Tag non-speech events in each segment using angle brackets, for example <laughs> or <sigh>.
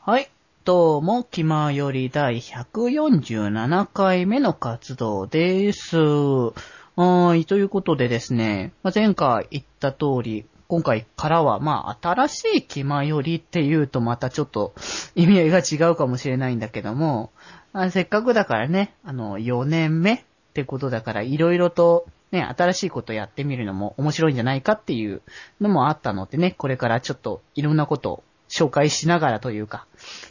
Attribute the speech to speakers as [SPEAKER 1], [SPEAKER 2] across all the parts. [SPEAKER 1] はい。どうも、きまより第147回目の活動です。はーい。ということでですね、まあ、前回言った通り、今回からは、まあ、新しい気まよりっていうとまたちょっと意味合いが違うかもしれないんだけども、あせっかくだからね、あの、4年目ってことだから、いろいろとね、新しいことやってみるのも面白いんじゃないかっていうのもあったのでね、これからちょっといろんなことを紹介しながらというか、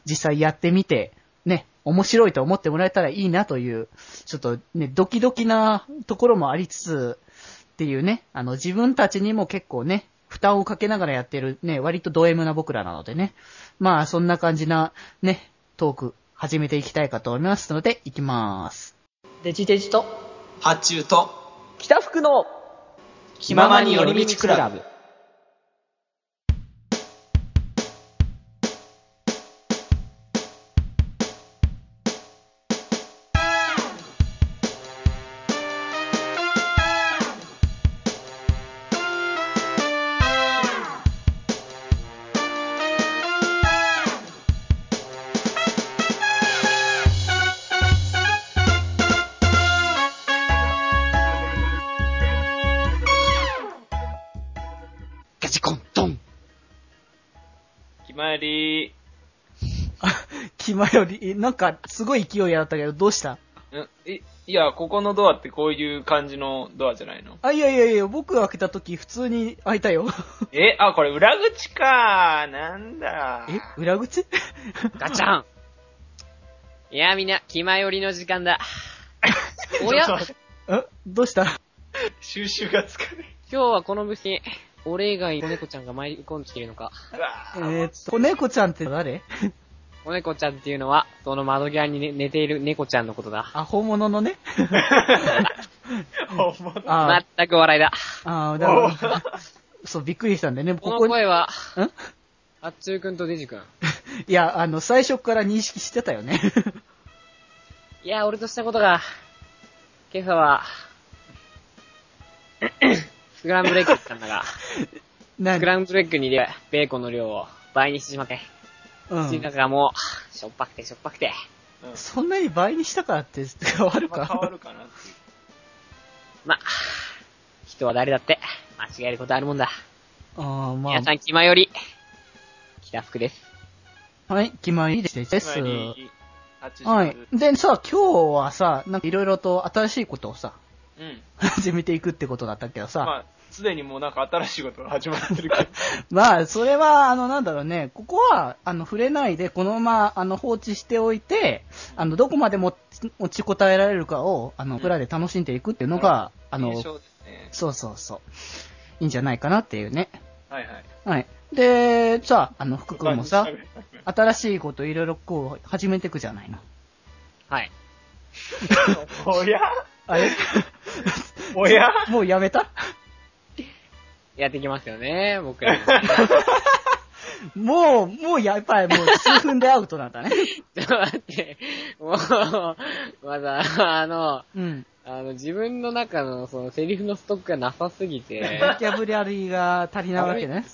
[SPEAKER 1] 実際やってみて、ね、面白いと思ってもらえたらいいなという、ちょっとね、ドキドキなところもありつつ、っていうね、あの、自分たちにも結構ね、負担をかけながらやってるね、割とド M な僕らなのでね。まあ、そんな感じな、ね、トーク、始めていきたいかと思いますので、いきます。
[SPEAKER 2] デジデジと
[SPEAKER 3] 発注と
[SPEAKER 2] 北福の
[SPEAKER 3] 気ままに寄り道クラブガチコンドン
[SPEAKER 4] 決まり
[SPEAKER 1] 気前より、なんか、すごい勢いやったけど、どうした
[SPEAKER 4] んい、いや、ここのドアってこういう感じのドアじゃないの
[SPEAKER 1] あ、いやいやいや、僕が開けた時、普通に開いたよ。
[SPEAKER 4] え、あ、これ裏口かなんだ
[SPEAKER 1] え裏 <laughs> 口
[SPEAKER 2] ガチャンいやみんな、気前よりの時間だ。おや、
[SPEAKER 4] ちょっ
[SPEAKER 2] 今
[SPEAKER 4] と
[SPEAKER 1] えどうした
[SPEAKER 4] 収集がつかない。
[SPEAKER 2] 日はこの部品、俺以外子猫ちゃんが参り込んできてるのか。
[SPEAKER 4] うわ
[SPEAKER 1] えーっと、子猫ちゃんって誰
[SPEAKER 2] 子猫ちゃんっていうのは、その窓際にね寝ている猫ちゃんのことだ。
[SPEAKER 1] <laughs> あ、本物のね。
[SPEAKER 4] ぁ、 <laughs> 思った。
[SPEAKER 1] あー、
[SPEAKER 2] 全く笑いだ。
[SPEAKER 1] あー、だから、 <laughs> そう、びっくりしたんでね、
[SPEAKER 2] こ
[SPEAKER 1] こ
[SPEAKER 2] の
[SPEAKER 1] こに、ん
[SPEAKER 2] 声は、あっちゅうくんとデジくん。
[SPEAKER 1] いや、あの、最初から認識してたよね。 <laughs>
[SPEAKER 2] いや、俺としたことが、今朝は、 <coughs> スクランブルエッグだったんだが、
[SPEAKER 1] な
[SPEAKER 2] スクランブルエッグに入れ、ベーコンの量を倍にしてしまって。
[SPEAKER 1] う
[SPEAKER 2] 口の
[SPEAKER 1] ん。
[SPEAKER 2] 中がもう、しょっぱくてしょっぱくて。
[SPEAKER 4] うん
[SPEAKER 1] そんなに倍にしたからって <laughs> 変わる
[SPEAKER 4] まあ変わ
[SPEAKER 1] か。
[SPEAKER 4] るかなっていう
[SPEAKER 2] ま、人は誰だって、間違えることあるもんだ。
[SPEAKER 1] ああ、ま
[SPEAKER 2] 皆さ
[SPEAKER 1] あ、
[SPEAKER 2] ん、気まより、北福です。
[SPEAKER 1] はい、決まりです。です
[SPEAKER 4] 決まり発注し
[SPEAKER 1] は
[SPEAKER 4] ま
[SPEAKER 1] い
[SPEAKER 4] す。
[SPEAKER 1] でさ、今日はさ、なんかいろいろと新しいことをさ、 <laughs>
[SPEAKER 4] うん。
[SPEAKER 1] 始めていくってことだったけどさ、
[SPEAKER 4] まあ、すでにもうなんか新しいことが始まってるから。
[SPEAKER 1] まあ、それは、あの、なんだろうね、ここは、あの、触れないで、このまま、あの、放置しておいて、あの、どこまでも持ちこたえられるかを、あの、僕らで楽しんでいくっていうのが、あの
[SPEAKER 4] <laughs> 検、証ですね。
[SPEAKER 1] そうそうそう、いいんじゃないかなっていうね。
[SPEAKER 4] はいはい。
[SPEAKER 1] はい。で、さ、あの、福君もさ
[SPEAKER 4] 他に、喋らな
[SPEAKER 1] 新しいこといろいろこう、始めていくじゃないの。
[SPEAKER 2] はい。
[SPEAKER 4] くなるおや
[SPEAKER 1] あ <laughs> れ
[SPEAKER 4] おや
[SPEAKER 1] もうやめた
[SPEAKER 2] やってきますよね、
[SPEAKER 1] <laughs>
[SPEAKER 2] 僕ら
[SPEAKER 1] も
[SPEAKER 2] も。
[SPEAKER 1] う、もうやっぱりもう数分でアウトなんだね。
[SPEAKER 2] ちょっと待って、もう、まだ、あの、
[SPEAKER 1] うん。
[SPEAKER 2] あの、自分の中の、その、セリフのストックがなさすぎて、
[SPEAKER 1] ボキャブラリーが足り <laughs> ないわけね。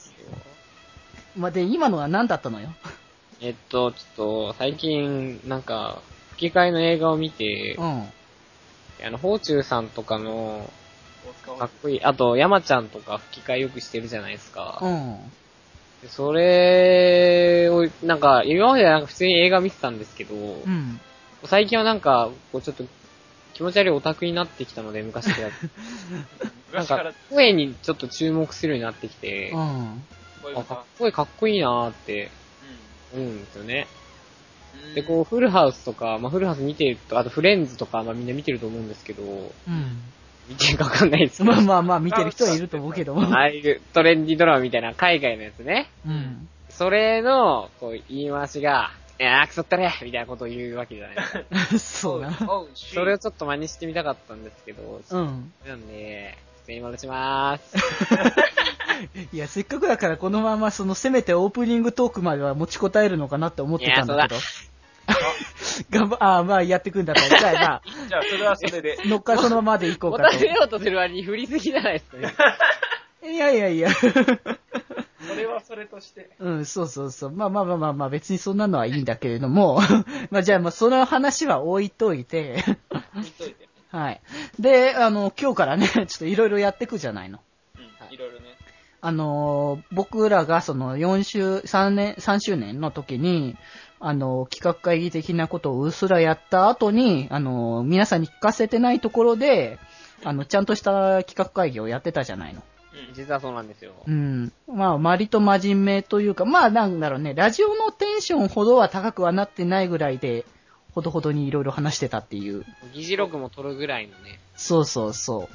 [SPEAKER 1] まあ、で、今のは何だったのよ。
[SPEAKER 2] えっと、ちょっと、最近、なんか、吹き替えの映画を見て
[SPEAKER 1] う、ん。
[SPEAKER 2] あの、宝中さんとかの、
[SPEAKER 4] お疲れ
[SPEAKER 2] かっこいい。あと、山ちゃんとか吹き替えよくしてるじゃないですか。
[SPEAKER 1] うん。
[SPEAKER 2] でそれを、なんか、今まではなんか普通に映画見てたんですけど、
[SPEAKER 1] うん。
[SPEAKER 2] 最近はなんか、こうちょっと、気持ち悪いオタクになってきたので、昔から。なん
[SPEAKER 4] 昔から
[SPEAKER 2] か、声にちょっと注目するようになってきて、あ、
[SPEAKER 1] うん。
[SPEAKER 4] こういうこ
[SPEAKER 2] かっ
[SPEAKER 4] とか
[SPEAKER 2] こいい、かっこいいなーって思うんですよね。で、こう、フルハウスとか、まあ、フルハウス見てると、あとフレンズとか、まあ、みんな見てると思うんですけど、
[SPEAKER 1] うん。
[SPEAKER 2] 見てるかわかんないですけど
[SPEAKER 1] まあ、まあまあ、見てる人はいると思うけども。
[SPEAKER 2] ああいうトレンディドラマみたいな海外のやつね。
[SPEAKER 1] うん。 <laughs>
[SPEAKER 2] それの、こう、言い回しが、いやー、クソったれみたいなことを言うわけじゃないですか。
[SPEAKER 1] そうだな。 <laughs>
[SPEAKER 2] そ
[SPEAKER 4] そ
[SPEAKER 2] れをちょっと真似してみたかったんですけど、
[SPEAKER 1] う。
[SPEAKER 2] うんなんで、普通に戻しまーす。
[SPEAKER 1] いや、せっかくだからこのまま、その、せめてオープニングトークまでは持ちこたえるのかなって思ってたんだけど。 <laughs> 頑張、ああ、まあ、やってくんだったら、じゃあ、まあ、
[SPEAKER 4] じゃあ、それはそれで。
[SPEAKER 1] <laughs> 乗っかそのままでいこう
[SPEAKER 2] お
[SPEAKER 1] か
[SPEAKER 2] <laughs> たせ
[SPEAKER 1] と。
[SPEAKER 2] <laughs> ようとする割に振りすぎじゃないですかね。
[SPEAKER 1] いやいやいや。
[SPEAKER 4] それはそれとして。
[SPEAKER 1] <laughs> うん、そうそうそう。まあまあまあまあまあ、別にそんなのはいいんだけれども、 <laughs> まあじゃあまあその話は置いといて、 <laughs>
[SPEAKER 4] 見といて。
[SPEAKER 1] はい。で、あの、今日からね、 <laughs> ちょっといろいろやってくじゃないの。
[SPEAKER 4] うん。いろいろね。
[SPEAKER 1] あの、僕らがその4週、3年、3周年の時に、あの、企画会議的なことをうっすらやった後に、あの、皆さんに聞かせてないところで、あの、ちゃんとした企画会議をやってたじゃないの。
[SPEAKER 4] うん。
[SPEAKER 2] 実はそうなんですよ。
[SPEAKER 1] うん。まあ、割と真面目というか、まあ、なんだろうね、ラジオのテンションほどは高くはなってないぐらいで、ほどほどにいろいろ話してたっていう。
[SPEAKER 2] 議事録も取るぐらいのね。
[SPEAKER 1] そうそうそ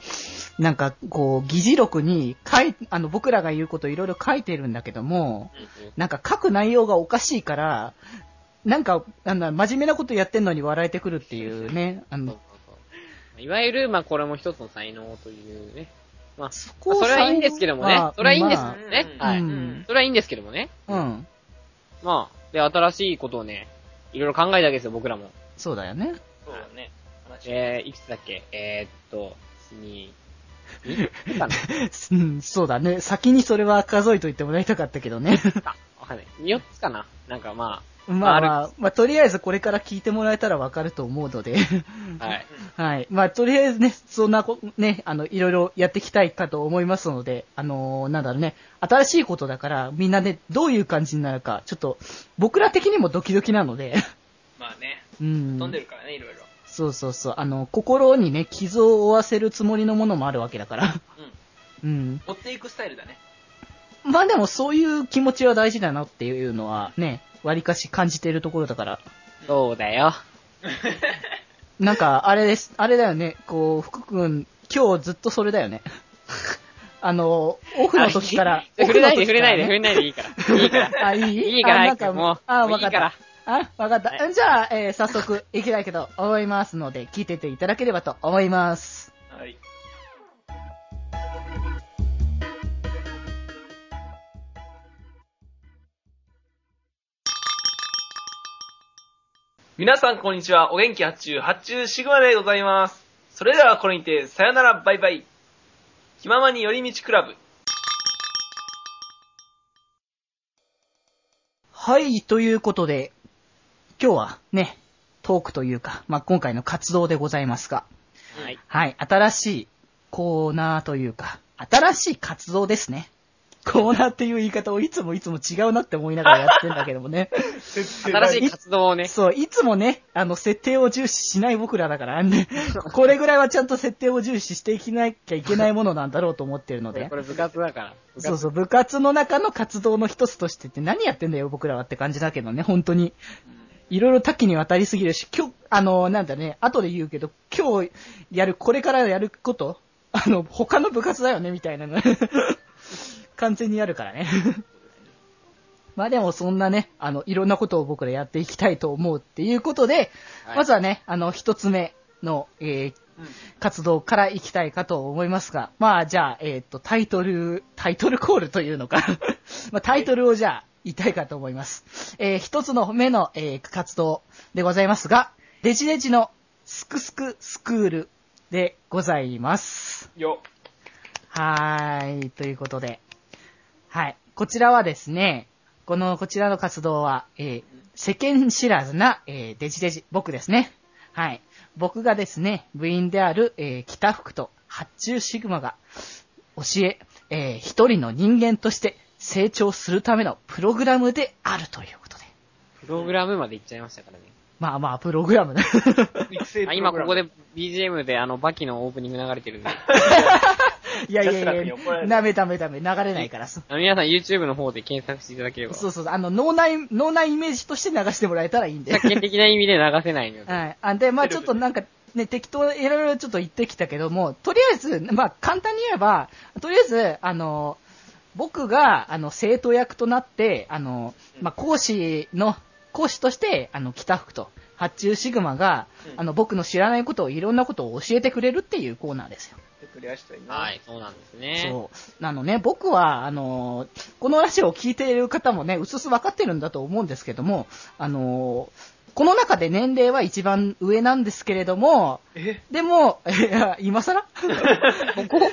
[SPEAKER 1] う。なんか、こう、議事録に書い、あの、僕らが言うこといろいろ書いてるんだけども、なんか書く内容がおかしいから、なんか、なんだ、真面目なことやってんのに笑えてくるっていうね。あ
[SPEAKER 2] そう
[SPEAKER 1] の、
[SPEAKER 2] そうそういわゆる、まあこれも一つの才能というね。まあ、そ
[SPEAKER 1] こを
[SPEAKER 2] れはいいんですけどもね
[SPEAKER 1] まあ。
[SPEAKER 2] それはいいんです
[SPEAKER 1] まあ
[SPEAKER 2] ね。
[SPEAKER 4] うん
[SPEAKER 2] は
[SPEAKER 1] う
[SPEAKER 2] い。
[SPEAKER 1] ん
[SPEAKER 2] それはいいんですけどもね。
[SPEAKER 1] うん。
[SPEAKER 2] まあ、で、新しいことをね、いろいろ考えたわけですよ、僕らも。
[SPEAKER 1] そうだよね。 <laughs>
[SPEAKER 4] そうだね。話を
[SPEAKER 2] えー、いくつだっけえー、っと、に、にかな
[SPEAKER 1] うん、そうだね。先にそれは数えといてもらいたかったけどね。 <laughs>
[SPEAKER 2] あわかんない。4つかななんかま
[SPEAKER 1] まあま
[SPEAKER 2] ま
[SPEAKER 1] あ、まあ、とりあえずこれから聞いてもらえたらわかると思うので、
[SPEAKER 2] あ、はい。
[SPEAKER 1] はい。まあ、とりあえずね、そんなこ、ね、あの、いろいろやっていきたいかと思いますので、あのーなんだろうね、新しいことだから、みんなね、どういう感じになるか、ちょっと、僕ら的にもドキドキなので、 <laughs>
[SPEAKER 4] まあね。
[SPEAKER 1] うん。
[SPEAKER 4] 飛んでるからね、いろいろ。
[SPEAKER 1] そうそうそう、あの、心にね、傷を負わせるつもりのものもあるわけだから、 <laughs>
[SPEAKER 4] うん。
[SPEAKER 1] うん。
[SPEAKER 4] 持っていくスタイルだね。
[SPEAKER 1] まあでも、そういう気持ちは大事だなっていうのは、ね、割かし感じているところだから、
[SPEAKER 2] そうだよ。
[SPEAKER 1] なんか、あれです、あれだよね、こう、福君、今日ずっとそれだよね。 <laughs> あの、オフの時から、オフ
[SPEAKER 2] 触れ
[SPEAKER 1] の
[SPEAKER 2] ない
[SPEAKER 1] 時
[SPEAKER 2] で触
[SPEAKER 1] か
[SPEAKER 2] れない
[SPEAKER 1] ら
[SPEAKER 2] で
[SPEAKER 1] ね、
[SPEAKER 2] 触れないでいいから。い
[SPEAKER 1] <laughs>
[SPEAKER 2] いから。
[SPEAKER 1] あ、いい
[SPEAKER 2] いいから
[SPEAKER 1] あ、
[SPEAKER 2] 早
[SPEAKER 1] なん
[SPEAKER 2] く
[SPEAKER 1] か
[SPEAKER 2] もう
[SPEAKER 1] あ、
[SPEAKER 2] もう
[SPEAKER 1] わかっ
[SPEAKER 2] いいか
[SPEAKER 1] た
[SPEAKER 2] ら。
[SPEAKER 1] あ、わかっ
[SPEAKER 2] は
[SPEAKER 1] た。じゃあ、えー早速、いきたいけど、思いますので、聞いてていただければと思います。
[SPEAKER 4] はい。皆さん、こんにちは。お元気発注、発注シグマでございます。それでは、これにて、さよなら、バイバイ。気ままに寄り道クラブ。
[SPEAKER 1] はい、ということで、今日はね、トークというか、まあ、今回の活動でございますが、
[SPEAKER 2] はい。
[SPEAKER 1] はい、新しいコーナーというか、新しい活動ですね。コーナーっていう言い方をいつもいつも違うなって思いながらやってんだけどもね。
[SPEAKER 2] 新しい活動 <laughs> をね。
[SPEAKER 1] そう、いつもね、あの、設定を重視しない僕らだ
[SPEAKER 2] <laughs>
[SPEAKER 1] から、ね、これぐらいはちゃんと設定を重視していきなきゃいけないものなんだろうと思ってるの
[SPEAKER 2] これ
[SPEAKER 1] で
[SPEAKER 2] こ。れ部活だから。部活
[SPEAKER 1] そうそう、部活の中の活動の一つとしてって何やってんだよ、僕らはって感じだけどね、本当に。いろいろ多岐にわたりすぎるし、今日、あの、なんだね、後で言うけど、今日やる、これからやること、あの、他の部活だよね、みたい
[SPEAKER 2] <laughs>
[SPEAKER 1] なの。完全にやるからね。 <laughs> まあでもそんなね、あの、いろんなことを僕らやっていきたいと思うっていうことで、
[SPEAKER 2] はい
[SPEAKER 1] まずはね、あの、一つ目の、えー
[SPEAKER 4] うん
[SPEAKER 1] 活動から行きたいかと思いますが、まあじゃあ、えっ、と、タイトル、タイトルコールというのか、 <laughs> まあタイトルをじゃあ言いたいかと思います。えー一つの目の、えー活動でございますが、デジデジのスクスクスクールでございます。
[SPEAKER 4] よ。
[SPEAKER 1] はーい、ということで。はい。こちらはですね、この、こちらの活動は、えー世間知らずな、えーデジデジ、僕ですね。はい。僕がですね、部員である、えー北福と発注シグマが、教え、えー一人の人間として成長するためのプログラムであるということで。
[SPEAKER 2] プログラムまで行っちゃいましたからね。
[SPEAKER 1] まあまあ、プログ <laughs> ラムだ。
[SPEAKER 4] 育成
[SPEAKER 2] あ今ここ
[SPEAKER 4] で。
[SPEAKER 2] で BGM であの、バキのオープニング流れて
[SPEAKER 1] <laughs>
[SPEAKER 2] るんで。
[SPEAKER 1] いやい
[SPEAKER 4] ジャスラ
[SPEAKER 1] や
[SPEAKER 4] ック
[SPEAKER 1] い
[SPEAKER 4] に
[SPEAKER 1] や
[SPEAKER 4] 怒られ、る
[SPEAKER 1] ダメダメダメ、流れないからさ。
[SPEAKER 2] あの皆さん YouTube の方で検索していただければ。
[SPEAKER 1] そうそうそう、あの、脳内、脳内イメージとして流してもらえたらいいんで。 <laughs>
[SPEAKER 2] 作権的な意味で流せないのよ。
[SPEAKER 1] はい。あで、まあちょっとなんか、ね、適当、いろいろちょっと言ってきたけども、とりあえず、まあ簡単に言えば、とりあえず、あの、僕が、あの、生徒役となって、あの、まあ講師の、講師として、あの、北福と、発注シグマが、
[SPEAKER 4] うん
[SPEAKER 1] あの、僕の知らないことを、いろんなことを教えてくれるっていうコーナーですよ。
[SPEAKER 4] クリアしたいな。
[SPEAKER 2] はい、そうなんですね。
[SPEAKER 1] そう。なのね、僕は、あの、このラジオを聞いている方もね、うすうす分かってるんだと思うんですけども、あの、この中で年齢は一番上なんですけれども、 <laughs>
[SPEAKER 4] え
[SPEAKER 1] でも、いや今更
[SPEAKER 2] ここ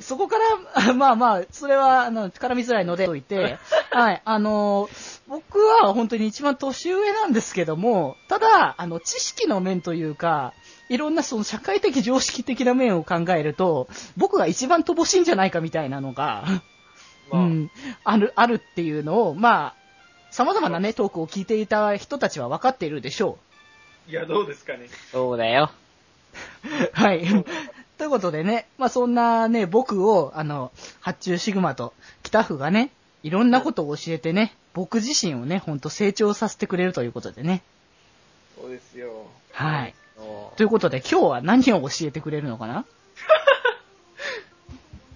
[SPEAKER 1] そこから、 <laughs> まあまあ、それは、あの、絡みづらいので、といて、はい、あのー僕は本当に一番年上なんですけども、ただ、あの、知識の面というか、いろんなその社会的常識的な面を考えると、僕が一番乏しいんじゃないかみたいなのが、
[SPEAKER 4] <laughs> まあ、
[SPEAKER 1] うん、ある、あるっていうのを、まあ、様々なね、トークを聞いていた人たちは分かっているでしょ
[SPEAKER 4] いや、どうですかね。
[SPEAKER 2] そうだよ。
[SPEAKER 1] う。 <laughs> はい。ということでね、まあそんなね、僕を、あの、発注シグマと北府がね、いろんなことを教えてね、僕自身をね、ほんと成長させてくれるということでね。
[SPEAKER 4] そうですよ。
[SPEAKER 1] はい。
[SPEAKER 2] そ
[SPEAKER 1] ということで、今日は何を教えてくれるのかな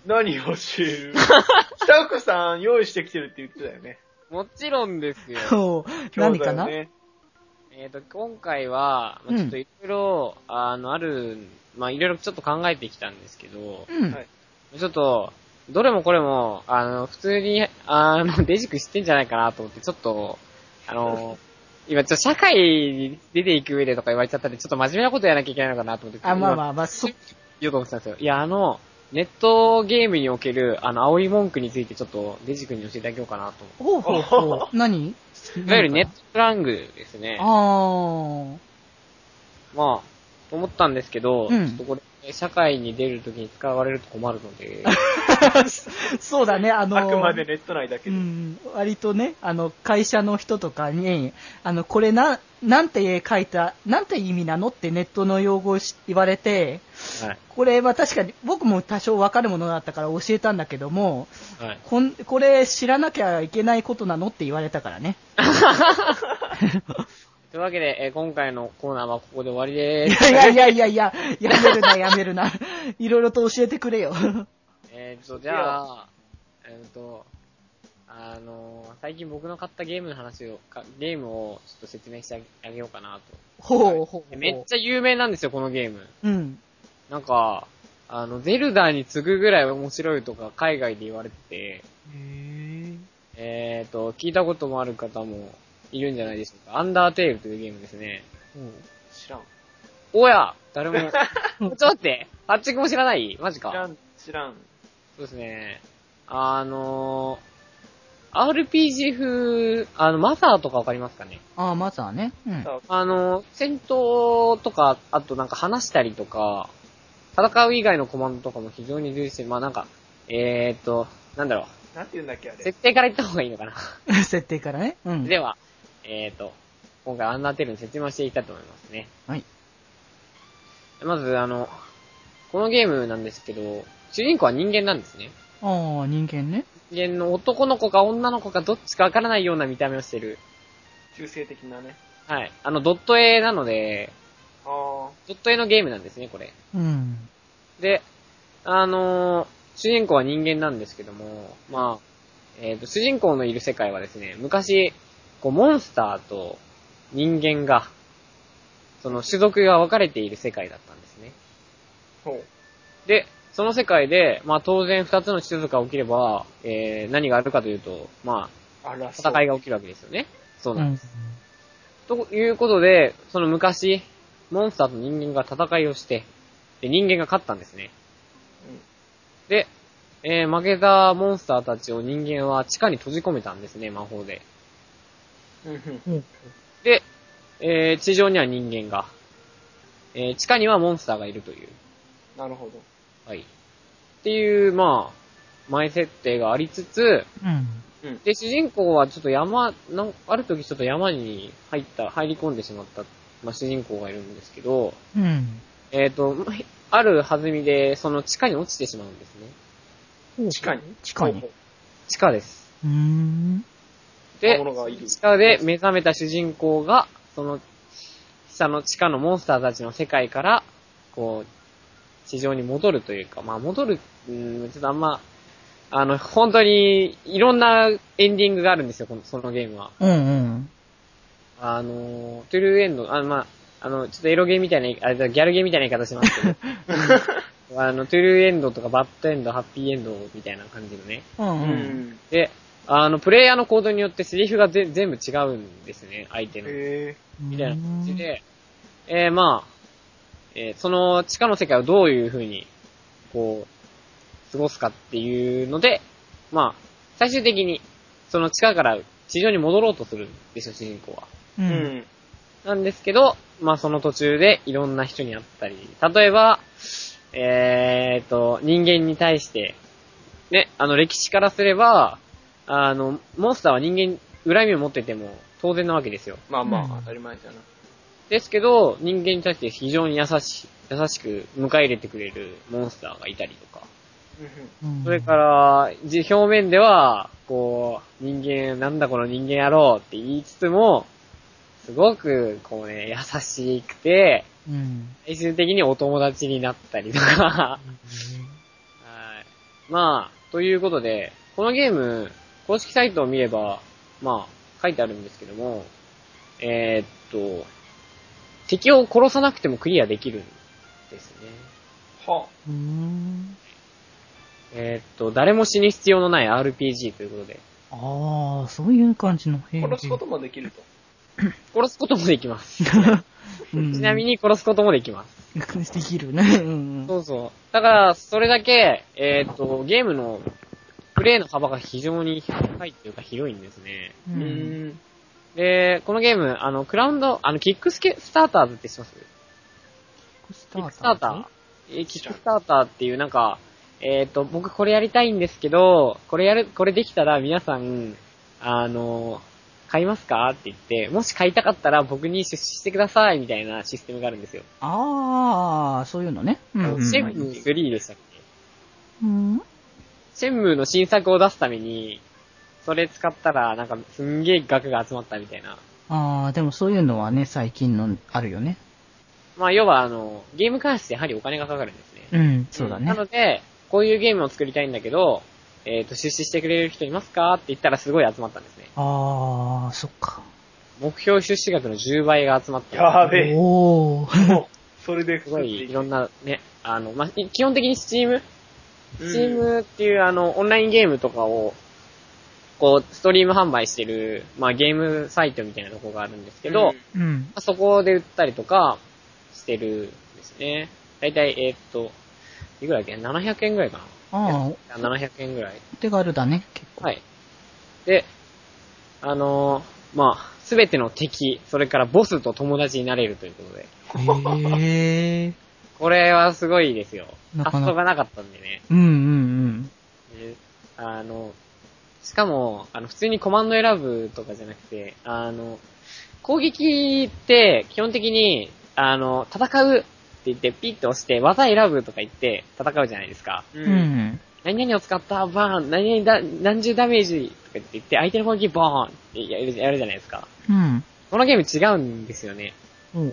[SPEAKER 4] 何を教え <laughs> る北福さん用意してきてるって言ってたよね。
[SPEAKER 2] うもちろんですよ。
[SPEAKER 1] そう
[SPEAKER 4] 今
[SPEAKER 1] 何
[SPEAKER 4] 日だ
[SPEAKER 1] か
[SPEAKER 4] よ
[SPEAKER 1] な、
[SPEAKER 4] ね。
[SPEAKER 2] えっと、今回は、
[SPEAKER 1] う
[SPEAKER 2] ま
[SPEAKER 1] ん
[SPEAKER 2] あ、ちょっといろいろ、あの、ある、まあ、いろいろちょっと考えてきたんですけど、
[SPEAKER 1] うん、
[SPEAKER 4] はい
[SPEAKER 2] ちょっと、どれもこれも、あの、普通に、あの、 <laughs> デジク知ってんじゃないかなと思って、ちょっと、
[SPEAKER 1] <laughs>
[SPEAKER 2] あの、今、ちょっと社会に出ていく上でとか言われちゃったんで、ちょっと真面目なことやらなきゃいけないのかなと思って、
[SPEAKER 1] あ、まあま
[SPEAKER 2] あ、
[SPEAKER 1] あまあ、そ、
[SPEAKER 2] 言おうと思ってたんですよ。いや、あの、ネットゲームにおける、あの、青い文句についてちょっと、デジ君に教えていただけようかなと思っ
[SPEAKER 1] ほうほうほ
[SPEAKER 2] <laughs>
[SPEAKER 1] う。何
[SPEAKER 2] て。いわゆるネットスラングですね。
[SPEAKER 1] あー。
[SPEAKER 2] まあ、思ったんですけど、
[SPEAKER 1] うん
[SPEAKER 2] ちょっとこれ、社会に出るときに使われると困る
[SPEAKER 1] <laughs>
[SPEAKER 2] ので、
[SPEAKER 1] そうだね、あの
[SPEAKER 4] あくまでネット内だけ
[SPEAKER 1] う
[SPEAKER 4] で。
[SPEAKER 1] ん、割とね、あの、会社の人とかに、あの、これな、なんて書いた、なんて意味なのってネットの用語をし言われて、
[SPEAKER 2] はい。
[SPEAKER 1] これは確かに僕も多少わかるものだったから教えたんだけども、
[SPEAKER 2] はい。
[SPEAKER 1] こん、これ知らなきゃいけないことなのって言われたからね。
[SPEAKER 2] というわけで、えー今回のコーナーはここで終わりで
[SPEAKER 1] い
[SPEAKER 2] す。
[SPEAKER 1] やいやいやいや、やめるな、やめるな。いろいろと教えてくれよ。
[SPEAKER 2] えーっと、じゃあ、えーっと、あのー最近僕の買ったゲームの話を、かゲームをちょっと説明してあげようかな
[SPEAKER 1] ほうほうほ
[SPEAKER 2] と。
[SPEAKER 1] う。
[SPEAKER 2] めっちゃ有名なんですよ、このゲーム。
[SPEAKER 1] うん。
[SPEAKER 2] なんか、あの、ゼルダに次ぐぐらい面白いとか海外で言われてて、えーっと、聞いたこともある方もいるんじゃないでしょうか。アンダーテールというゲームですね。
[SPEAKER 4] 知らん。
[SPEAKER 2] おや誰も、ちょっと待ってハッチ君も知らないマジか。
[SPEAKER 4] 知らん、知らん。
[SPEAKER 2] そうですね。あのー、RPG 風、あの、マザーとかわかりますかね
[SPEAKER 1] ああ、まずはね。うん。
[SPEAKER 5] <laughs>
[SPEAKER 2] あのー、戦闘とか、あとなんか話したりとか、戦う以外のコマンドとかも非常に充実してる、まあなんか、えーっと、なんだろ
[SPEAKER 4] なんて言うんだっけ、あ
[SPEAKER 2] う、
[SPEAKER 4] れ
[SPEAKER 2] 設。定から言った方がいいのかな。
[SPEAKER 1] 設定からね。うん。
[SPEAKER 2] では、えーっと、今回アンダーテールの説明をしていきたいと思いますね。
[SPEAKER 1] はい。
[SPEAKER 2] まず、あの、このゲームなんですけど、主人公は人間なんですね。
[SPEAKER 1] ああ、人間ね。
[SPEAKER 2] 人間の男の子か女の子かどっちかわからないような見た目をしてる。
[SPEAKER 4] 中性的なね。
[SPEAKER 2] はい。あの、ドット絵なので、
[SPEAKER 4] あ
[SPEAKER 2] ドット絵のゲームなんですね、これ。
[SPEAKER 1] うん。
[SPEAKER 2] で、あのー主人公は人間なんですけども、まあ、えっ、と、主人公のいる世界はですね、昔、こう、モンスターと人間が、その種族が分かれている世界だったんですね。
[SPEAKER 4] ーほう。
[SPEAKER 2] で、その世界で、まあ当然二つの種族が起きれば、えー、何があるかというと、ま
[SPEAKER 4] あら、
[SPEAKER 2] あ、
[SPEAKER 4] そう。
[SPEAKER 2] 戦い
[SPEAKER 4] が。
[SPEAKER 2] が起きるわけですよね。そう
[SPEAKER 1] う
[SPEAKER 2] なんです
[SPEAKER 1] ん。
[SPEAKER 2] ということで、その昔、モンスターと人間が戦いをして、で、人間が勝ったんですね。で、えー負けたモンスターたちを人間は地下に閉じ込めたんですね、魔法で。
[SPEAKER 4] うんうん
[SPEAKER 2] で、えー地上には人間が、えー地下にはモンスターがいるという、
[SPEAKER 4] なるほど。
[SPEAKER 2] はい。っていう、まあ、前設定がありつつ、
[SPEAKER 1] うん。
[SPEAKER 2] で、主人公はちょっと山、なんある時ちょっと山に入った、入り込んでしまった、まあ主人公がいるんですけど、
[SPEAKER 1] うん。
[SPEAKER 2] えっ、と、ある弾みで、その地下に落ちてしまうんですね。
[SPEAKER 4] 地下に
[SPEAKER 1] 地下に
[SPEAKER 4] ほうほ
[SPEAKER 2] 地下です。
[SPEAKER 1] うーん。
[SPEAKER 4] う
[SPEAKER 2] で
[SPEAKER 4] 魔、物がいる。
[SPEAKER 2] 地下で目覚めた主人公が、その、下の地下のモンスターたちの世界から、こう、地上に戻るというか、まあ戻る、うーん、ちょっとあんま、あの、本当に、いろんなエンディングがあるんですよ、この、そのゲームは。
[SPEAKER 1] うんうん。
[SPEAKER 2] あの、トゥルーエンド、あの、まあ、あの、ちょっとエロゲーみたいな、あれだ、ギャルゲーみたいな言い方しますけど、あの、トゥルーエンドとかバッドエンド、ハッピーエンドみたいな感じのね。
[SPEAKER 1] うん
[SPEAKER 4] う
[SPEAKER 1] うん。
[SPEAKER 4] ん。
[SPEAKER 2] で、あの、プレイヤーの行動によってセリフがぜ全部違うんですね、相手の。
[SPEAKER 4] へ
[SPEAKER 2] みたいな感じで、えー、まあ、えーその地下の世界をどういう風に、こう、過ごすかっていうので、まあ、最終的に、その地下から地上に戻ろうとするんですよ、主人公は。
[SPEAKER 5] う。
[SPEAKER 4] うんん。
[SPEAKER 2] なんですけど、まあその途中でいろんな人に会ったり、例えば、えーと、人間に対して、ね、あの歴史からすれば、あの、モンスターは人間、恨みを持ってても当然なわけですよ。
[SPEAKER 4] まあま
[SPEAKER 5] うん
[SPEAKER 4] あ、当たり前じゃな。
[SPEAKER 2] ですけど、人間に対して非常に優しい、優しく迎え入れてくれるモンスターがいたりとか、
[SPEAKER 5] うん
[SPEAKER 2] それから、じ表面では、こう、人間、なんだこの人間野郎って言いつつも、すごく、こうね、優しくて、
[SPEAKER 5] うん。
[SPEAKER 2] 最終的にお友達になったりとか、はい。まあ、ということで、このゲーム、公式サイトを見れば、まあ、書いてあるんですけども、えーっと、敵を殺さなくてもクリアできるんですね。
[SPEAKER 4] は
[SPEAKER 5] うん。
[SPEAKER 2] えーっと、誰も死に必要のない RPG ということで、
[SPEAKER 5] ああ、そういう感じの。
[SPEAKER 4] あ、殺すこともできると。
[SPEAKER 2] 殺すこともできま
[SPEAKER 5] <laughs>
[SPEAKER 2] す。
[SPEAKER 5] ち
[SPEAKER 2] ちなみ。に殺すこともできます。
[SPEAKER 5] <laughs> できるね。うん。
[SPEAKER 2] そうそう。だから、それだけ、えーっと、ゲームのプレイの幅が非常に高いというか広いんですね。
[SPEAKER 5] う
[SPEAKER 4] うー
[SPEAKER 5] ん。
[SPEAKER 4] ん。
[SPEAKER 2] で、このゲーム、あの、クラウンド、あの、キックスケ、スターターズって知ってます
[SPEAKER 5] ス
[SPEAKER 2] キックスターターえーキックスターターっていうなんか、えっ、と、僕これやりたいんですけど、これやる、これできたら皆さん、あの、買いますかって言って、もし買いたかったら僕に出資してくださいみたいなシステムがあるんですよ。
[SPEAKER 5] ああ、そういうのね。う
[SPEAKER 2] あ
[SPEAKER 5] ん
[SPEAKER 2] のシェンムー3でしたっけ
[SPEAKER 5] うん。
[SPEAKER 2] シェンムーの新作を出すために、それ使ったらなんかすんげえ額が集まったみたいな。
[SPEAKER 5] ああ、でもそういうのはね、最近のあるよね。
[SPEAKER 2] まあ要はあの、ゲーム開発ってやはりお金がかかるんですね。
[SPEAKER 5] うん、そうだね
[SPEAKER 2] な。ので、こういうゲームを作りたいんだけど、えっ、と、出資してくれる人いますかって言ったらすごい集まったんですね。
[SPEAKER 5] ああ、そっか。
[SPEAKER 2] 目標出資額の10倍が集まって、
[SPEAKER 4] やべえ。
[SPEAKER 5] おお。
[SPEAKER 4] もう、それです作っ
[SPEAKER 2] ご
[SPEAKER 4] て
[SPEAKER 2] い
[SPEAKER 4] い
[SPEAKER 2] い
[SPEAKER 4] く
[SPEAKER 2] ろんなね、あの、まあ、い基本的に Steam、
[SPEAKER 4] うん
[SPEAKER 2] Steam っていうあの、オンラインゲームとかを、こう、ストリーム販売してる、まあ、ゲームサイトみたいなとこがあるんですけど、
[SPEAKER 4] うん
[SPEAKER 2] ま
[SPEAKER 5] うん。
[SPEAKER 2] あそこで売ったりとかしてるんですね。だいたい、えっ、と、いくらだっけ ?700 円ぐらいかな
[SPEAKER 5] ああ、
[SPEAKER 2] ?700 円ぐらい。
[SPEAKER 5] お手軽だね、結構。
[SPEAKER 2] はい。で、あのーまあ、すべての敵、それからボスと友達になれるということで。
[SPEAKER 5] へえ。
[SPEAKER 2] これはすごいですよ。
[SPEAKER 5] なかなか
[SPEAKER 2] 発想がなかったんでね。
[SPEAKER 5] うんうん
[SPEAKER 2] であの、しかも、あの、普通にコマンド選ぶとかじゃなくて、あの、攻撃って基本的に、あの、戦うって言ってピッと押して技選ぶとか言って戦うじゃないですか。
[SPEAKER 5] う。
[SPEAKER 4] うん。
[SPEAKER 5] うんん。
[SPEAKER 2] 何々を使った、バーン、何々だ、何十ダメージとかって言って、相手の攻撃ボーンってやるやるじゃないですか。
[SPEAKER 5] うん。
[SPEAKER 2] このゲーム違うんですよね。
[SPEAKER 5] おう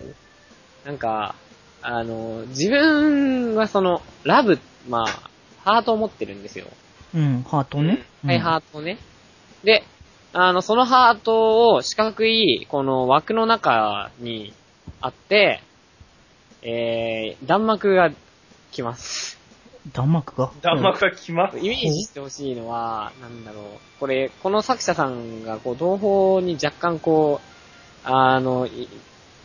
[SPEAKER 2] なんか、あの、自分はその、ラブ、まあ、ハートを持ってるんですよ。
[SPEAKER 5] うん、ハートね。
[SPEAKER 2] はい、ハートをね。で、あの、そのハートを四角い、この枠の中にあって、えー、弾幕が来ます。
[SPEAKER 5] ー弾幕が。
[SPEAKER 4] 弾幕が来ます。
[SPEAKER 2] イメージしてほしいのは、なんだろう。これ、この作者さんが、こう、同胞に若干こう、あの、い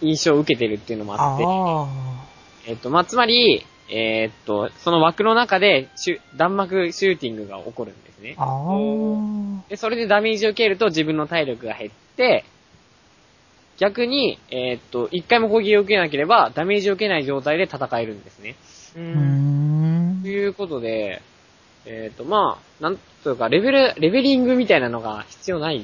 [SPEAKER 2] 印象を受けてるっていうのもあ
[SPEAKER 5] あ
[SPEAKER 2] っ
[SPEAKER 5] あ
[SPEAKER 2] て、えっと、まあ、つまり、えーっと、その枠の中で、シュ弾幕シューティングが起こるんですね
[SPEAKER 5] ー。。ああ。
[SPEAKER 2] で、それでダメージを受けると自分の体力が減って、逆に、えーっと、一回も攻撃を受けなければ、ダメージを受けない状態で戦えるんですね。
[SPEAKER 4] う
[SPEAKER 5] うー
[SPEAKER 4] ん。
[SPEAKER 5] ん
[SPEAKER 2] と。いうことで、えっ、と、まあ、なんというか、レベル、レベリングみたいなのが必要ない。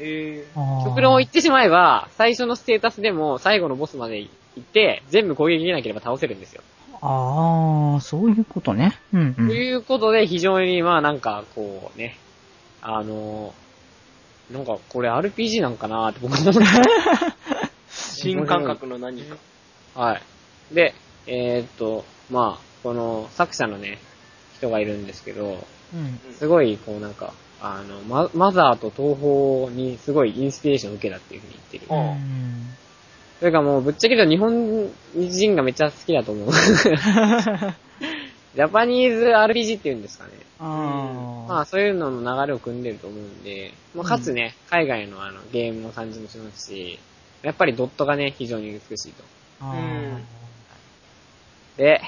[SPEAKER 4] え
[SPEAKER 2] 極論を言
[SPEAKER 5] い
[SPEAKER 2] ってしまえば、最初のステータスでも最後のボスまで行って、全部攻撃できなければ倒せるんですよ。
[SPEAKER 5] ああ、そういうことね。うん、う
[SPEAKER 2] と
[SPEAKER 5] ん。
[SPEAKER 2] いうことで、非常に、まあ、なんか、こうね、あのーなんか、これ RPG なんかなーって僕も思って
[SPEAKER 5] <laughs>
[SPEAKER 4] ー、新感覚の何か。
[SPEAKER 2] はい。で、えーっと、まあ、この作者のね、人がいるんですけど、
[SPEAKER 5] うん。
[SPEAKER 2] すごい、こうなんか、あの、ママザーと東宝にすごいインスピレーションを受けたっていうふうに言って
[SPEAKER 5] う
[SPEAKER 2] る。
[SPEAKER 4] あ
[SPEAKER 5] ん
[SPEAKER 2] それからもう、ぶっちゃけ言うと日本人がめっちゃ好きだと思う。 <laughs> ジャパニーズ RPG っていうんですかね。
[SPEAKER 5] あ
[SPEAKER 2] まあ、そういうのの流れを組んでると思うんで、まあ、かつね、海外のあの、ゲームの感じもしますし、やっぱりドットがね、非常に美しいと。
[SPEAKER 5] あー。
[SPEAKER 4] うん
[SPEAKER 2] で、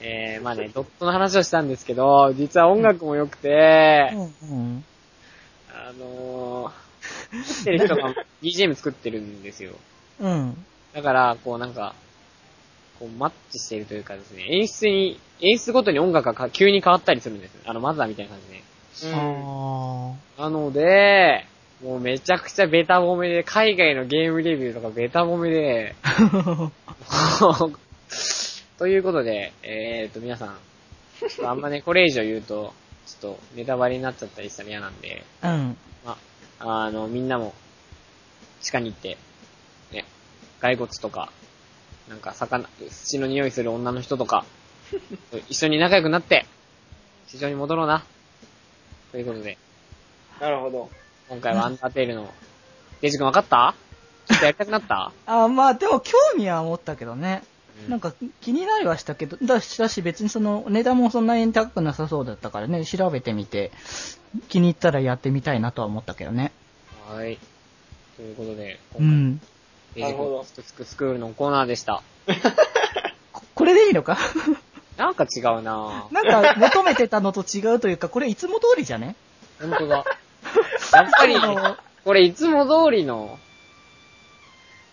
[SPEAKER 2] えー、まあね、ドットの話をしたんですけど、実は音楽も良くて、
[SPEAKER 1] うん。
[SPEAKER 2] あのー、作ってる人が BGM 作ってるんですよ。
[SPEAKER 1] うん。
[SPEAKER 2] だから、こうなんか、こうマッチしているというかですね、演出に、演出ごとに音楽がか急に変わったりするんです。あの、マザーみたいな感じで。
[SPEAKER 4] うん。
[SPEAKER 1] あ
[SPEAKER 2] なので、もうめちゃくちゃベタ褒めで、海外のゲームレビューとかベタ褒めで、 <laughs>
[SPEAKER 1] あ。
[SPEAKER 2] ということで、えー、っと、皆さん、ちょっとあんまね、これ以上言うと、ちょっとネタバレになっちゃったりしたら嫌なんで、
[SPEAKER 1] うん。
[SPEAKER 2] まあ、あの、みんなも、地下に行って、ね、骸骨とか、なんか魚、土の匂いする女の人とか、一緒に仲良くなって、地上に戻ろうな。ということで、
[SPEAKER 4] なるほど。
[SPEAKER 2] 今回はアンダーテイルの、デジ君分かったちょっとやりたくなった
[SPEAKER 1] あまあでも興味は持ったけどね。なんか気になりはしたけど、だしだし別にその値段もそんなに高くなさそうだったからね、調べてみて、気に入ったらやってみたいなとは思ったけどね。
[SPEAKER 2] はい。ということで、
[SPEAKER 1] う
[SPEAKER 2] 今
[SPEAKER 1] ん。
[SPEAKER 2] 回、
[SPEAKER 4] な
[SPEAKER 2] デジ
[SPEAKER 4] るほ
[SPEAKER 2] 君
[SPEAKER 4] ど
[SPEAKER 2] スクスクスクールのコーナーでした。
[SPEAKER 1] ここれでいいの
[SPEAKER 2] <laughs>
[SPEAKER 1] か
[SPEAKER 2] なんか違うなぁ。
[SPEAKER 1] なんか求めてたのと違うというか、これいつも通りじゃね
[SPEAKER 2] ほんとだ。やっ
[SPEAKER 1] <laughs>
[SPEAKER 2] ぱり、これいつも通りの、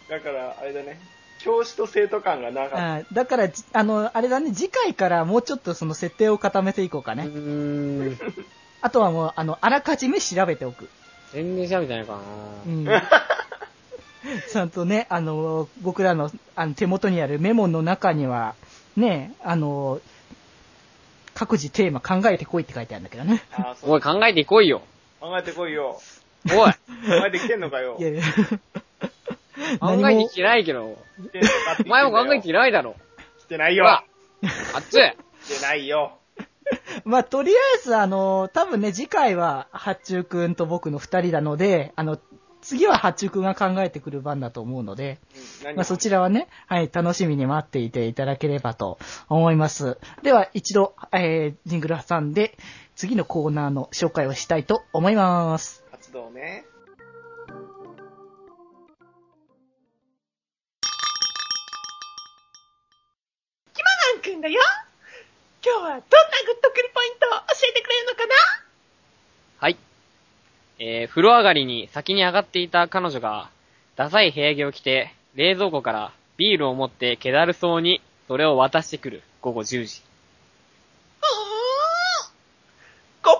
[SPEAKER 4] だから、あれだね。教師と生徒感がなかっ
[SPEAKER 1] あだからじ、あの、あれだね、次回からもうちょっとその設定を固めていこうか
[SPEAKER 2] う
[SPEAKER 1] ね。
[SPEAKER 2] ーん。
[SPEAKER 1] あとはもう、あの、あらかじめ調べておく。
[SPEAKER 2] 全然喋ってないからな
[SPEAKER 1] うん。ちゃんとね、あの、僕らのあの手元にあるメモの中には、ね、あの、各自テーマ考えてこいって書いてあるんだけどね。
[SPEAKER 4] た。あー、そ
[SPEAKER 2] お
[SPEAKER 4] う
[SPEAKER 2] い、。考えていこうよ。
[SPEAKER 4] 考えてこいよ。
[SPEAKER 2] おい、
[SPEAKER 4] 考えてきてんのかよ。
[SPEAKER 1] いやいや。 <laughs> 何
[SPEAKER 2] 考え
[SPEAKER 1] も
[SPEAKER 2] て、嫌いけど、
[SPEAKER 4] 来てんのかって言ってんだよ
[SPEAKER 2] お前も考えて嫌いだろ。
[SPEAKER 4] 来てない
[SPEAKER 2] ほ
[SPEAKER 4] よ。
[SPEAKER 2] ら、熱い。
[SPEAKER 4] 来てないよ。
[SPEAKER 1] <laughs> まあ、とりあえず、あの、多分ね、次回は、八中くんと僕の二人なので、あの、次は八中くんが考えてくる番だと思うので、
[SPEAKER 4] うん何
[SPEAKER 1] まあ、そちらはね、はい、楽しみに待っていていただければと思います。では、一度、えー、ジングル挟んで、次のコーナーの紹介をしたいと思います。
[SPEAKER 4] 活動ね。
[SPEAKER 6] くんだよ今日はどんなグッとくるポイントを教えてくれるのかな
[SPEAKER 2] はい。えー、風呂上がりに先に上がっていた彼女が、ダサい部屋着を着て、冷蔵庫からビールを持って気だるそうに、それを渡してくる、午後10時。
[SPEAKER 6] うーん !5 ポイント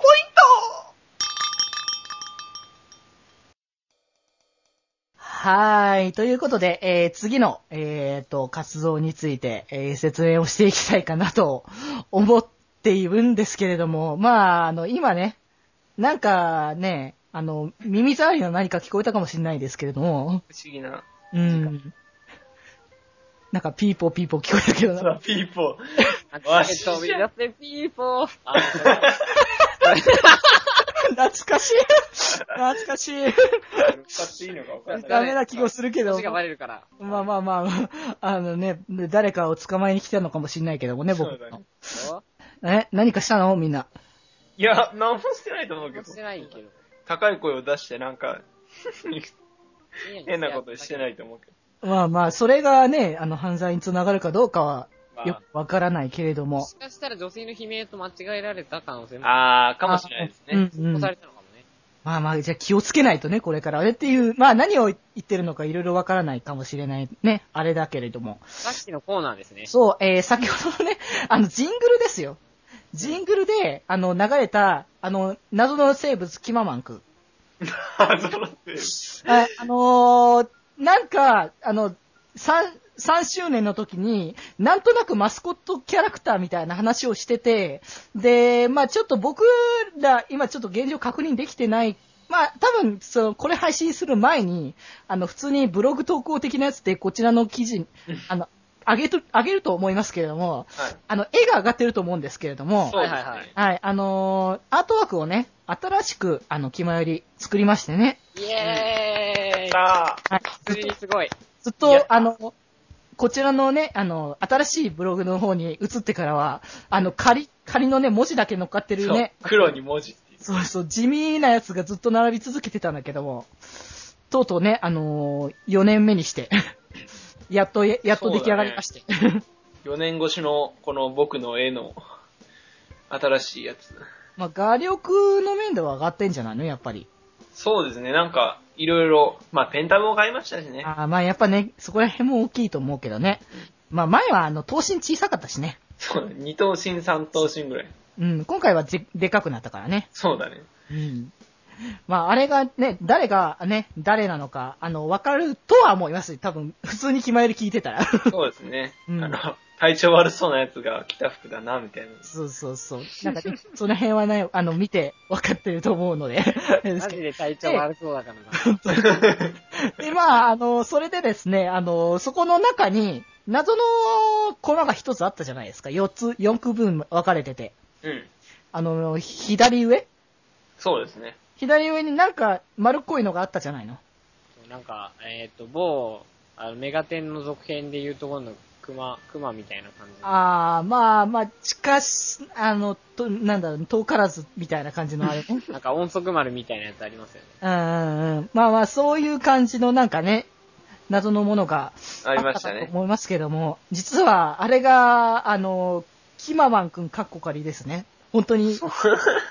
[SPEAKER 1] はい。ということで、えー、次の、えー、と、活動について、えー、説明をしていきたいかなと <laughs> 思っているんですけれども、まあ、あの、今ね、なんかね、あの、耳障りの何か聞こえたかもしれないですけれども、
[SPEAKER 4] 不思議な。
[SPEAKER 1] うん。なんか、ピーポーピーポー聞こえたけどな
[SPEAKER 4] そ。ら、ピーポー。
[SPEAKER 2] あ
[SPEAKER 4] わっ
[SPEAKER 2] えっ
[SPEAKER 4] し
[SPEAKER 2] と、
[SPEAKER 4] ゃ
[SPEAKER 2] 飛び出せ、ピーポー。あ
[SPEAKER 1] <laughs> 懐かしい懐かし
[SPEAKER 4] <laughs>
[SPEAKER 1] い
[SPEAKER 4] 使っていいのか分かんない。
[SPEAKER 1] ダメな気がするけ
[SPEAKER 2] こっ
[SPEAKER 1] ど
[SPEAKER 2] ち。がバレるから。
[SPEAKER 1] まあまあまあ、あのね、誰かを捕まえに来たのかもしれないけどもね、
[SPEAKER 4] そう
[SPEAKER 1] 僕
[SPEAKER 4] だね。
[SPEAKER 2] そう
[SPEAKER 1] え、何かしたのみんな。
[SPEAKER 4] いや、何もしてないと思うけど
[SPEAKER 2] し。てないけど。。
[SPEAKER 4] 高い声を出してなんか、 <laughs> 変なことしてないいと思うけど。
[SPEAKER 1] まあまあ、それがね、あの、犯罪につながるかどうかは、
[SPEAKER 4] ま
[SPEAKER 1] よくわからないけれど
[SPEAKER 2] も
[SPEAKER 1] も。
[SPEAKER 2] しかしたら女性の悲鳴と間違えられた可能性も。
[SPEAKER 4] あ、あー、かもしれないですね。
[SPEAKER 1] うんうん
[SPEAKER 2] されたのかもね。
[SPEAKER 1] まあまあ、じゃあ気をつけないとね、これから。あれっていう、まあ何を言ってるのかいろいろわからないかもしれないね、あれだけれども。
[SPEAKER 2] さっきのコーナーですね。
[SPEAKER 1] そう、えー、先ほどのね、あの、ジングルですよ。ジングルで、あの、流れた、あの、謎の生物、キママンく
[SPEAKER 4] あーそうだって
[SPEAKER 1] ん。ああのー、なんか、あの、三、3周年の時に、なんとなくマスコットキャラクターみたいな話をしてて、で、まあちょっと僕ら、今ちょっと現状確認できてない、まあ多分、その、これ配信する前に、あの、普通にブログ投稿的なやつで、こちらの記事、あの、上げと、上げると思いますけれども、
[SPEAKER 4] はい。
[SPEAKER 1] あの、絵が上がってると思うんですけれども、
[SPEAKER 4] そう
[SPEAKER 2] はい
[SPEAKER 4] です
[SPEAKER 2] はいは
[SPEAKER 4] ね
[SPEAKER 2] い。
[SPEAKER 1] はい、あのーアートワークをね、新しく、あの、キマより作りましてね、
[SPEAKER 2] イエーイ
[SPEAKER 4] さあ、
[SPEAKER 1] はい、ず
[SPEAKER 2] 普
[SPEAKER 1] っ
[SPEAKER 2] 通
[SPEAKER 1] と
[SPEAKER 2] に、すごい。
[SPEAKER 1] ずっ
[SPEAKER 4] やっ
[SPEAKER 1] と、
[SPEAKER 4] た
[SPEAKER 1] あの、こちらのね、あの、新しいブログの方に移ってからは、あの、仮、仮のね、文字だけ乗っかってる
[SPEAKER 4] そう
[SPEAKER 1] ね、
[SPEAKER 4] 黒に文字っていう。
[SPEAKER 1] そうそう、地味なやつがずっと並び続けてたんだけども、とうとうね、あのー、4年目にして、やっと、やっと出来上がりまして。
[SPEAKER 4] 4年越しの、この僕の絵の、新しいやつ。
[SPEAKER 1] まあ、画力の面では上がってんじゃないのやっぱり。
[SPEAKER 4] そうですね、なんか、いろいろ、まあ、ペンタブも買いましたしね。
[SPEAKER 1] あーまあ、やっぱね、そこら辺も大きいと思うけどね。まあ、前は、あの、頭身小さかったしね。
[SPEAKER 4] そう、2等身、3等身ぐらい。
[SPEAKER 1] うん、今回はででかくなったからね。
[SPEAKER 4] そうだね。
[SPEAKER 1] うん。まあ、あれがね、誰がね、誰なのか、あの、わかるとは思います。多分、普通に決まり聞いてた
[SPEAKER 2] <laughs>
[SPEAKER 1] ら。
[SPEAKER 4] そうですね。
[SPEAKER 1] うん
[SPEAKER 4] あの、体調悪そうなやつが着た服だな、みたいな。
[SPEAKER 1] そうそうそう。なんかね、その辺はね、あの、見て分かってると思うので。です
[SPEAKER 2] マ
[SPEAKER 1] けど
[SPEAKER 2] ジで体調悪そうだからな。
[SPEAKER 1] <laughs> で、まあ、あの、それでですね、あの、そこの中に、謎の粉が一つあったじゃないですか。四つ、四区分分かれてて。
[SPEAKER 4] うん。
[SPEAKER 1] あの、左上
[SPEAKER 4] そうですね。
[SPEAKER 1] 左上になんか丸っこいのがあったじゃないの。
[SPEAKER 2] なんか、えっ、と、某、あの、メガテンの続編でいうところの熊、熊みたいな感じ。
[SPEAKER 1] ああ、まあまあ、近し、あの、と、なんだろう、遠からずみたいな感じの
[SPEAKER 4] <laughs>
[SPEAKER 1] あれね。うん
[SPEAKER 2] なんか音速丸みたいなやつありますよね。
[SPEAKER 1] うんうん。まあまあ、そういう感じのなんかね、謎のものが
[SPEAKER 4] ありました
[SPEAKER 1] あった
[SPEAKER 4] ね
[SPEAKER 1] と。思いますけども、実は、あれが、あの、キママンくんカッコ仮ですね。本当に。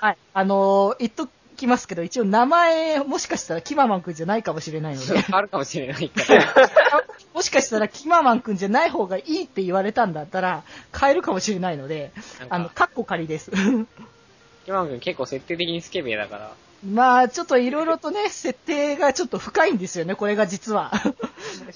[SPEAKER 1] はい。あの、言っときますけど、一応名前、もしかしたらキママンくんじゃないかもしれないの <laughs> で、
[SPEAKER 2] あるかもしれないから。
[SPEAKER 1] <laughs> もしかしたらキママンくんじゃない方がいいって言われたんだったら、変えるかもしれないので、あ
[SPEAKER 2] なん
[SPEAKER 1] の、
[SPEAKER 2] か、
[SPEAKER 1] カッコ仮です。 <laughs>
[SPEAKER 2] 熊くん結構設定的にスケベだから。
[SPEAKER 1] まあ、ちょっといろいろとね、設定がちょっと深いんですよね、これが実 <laughs> は。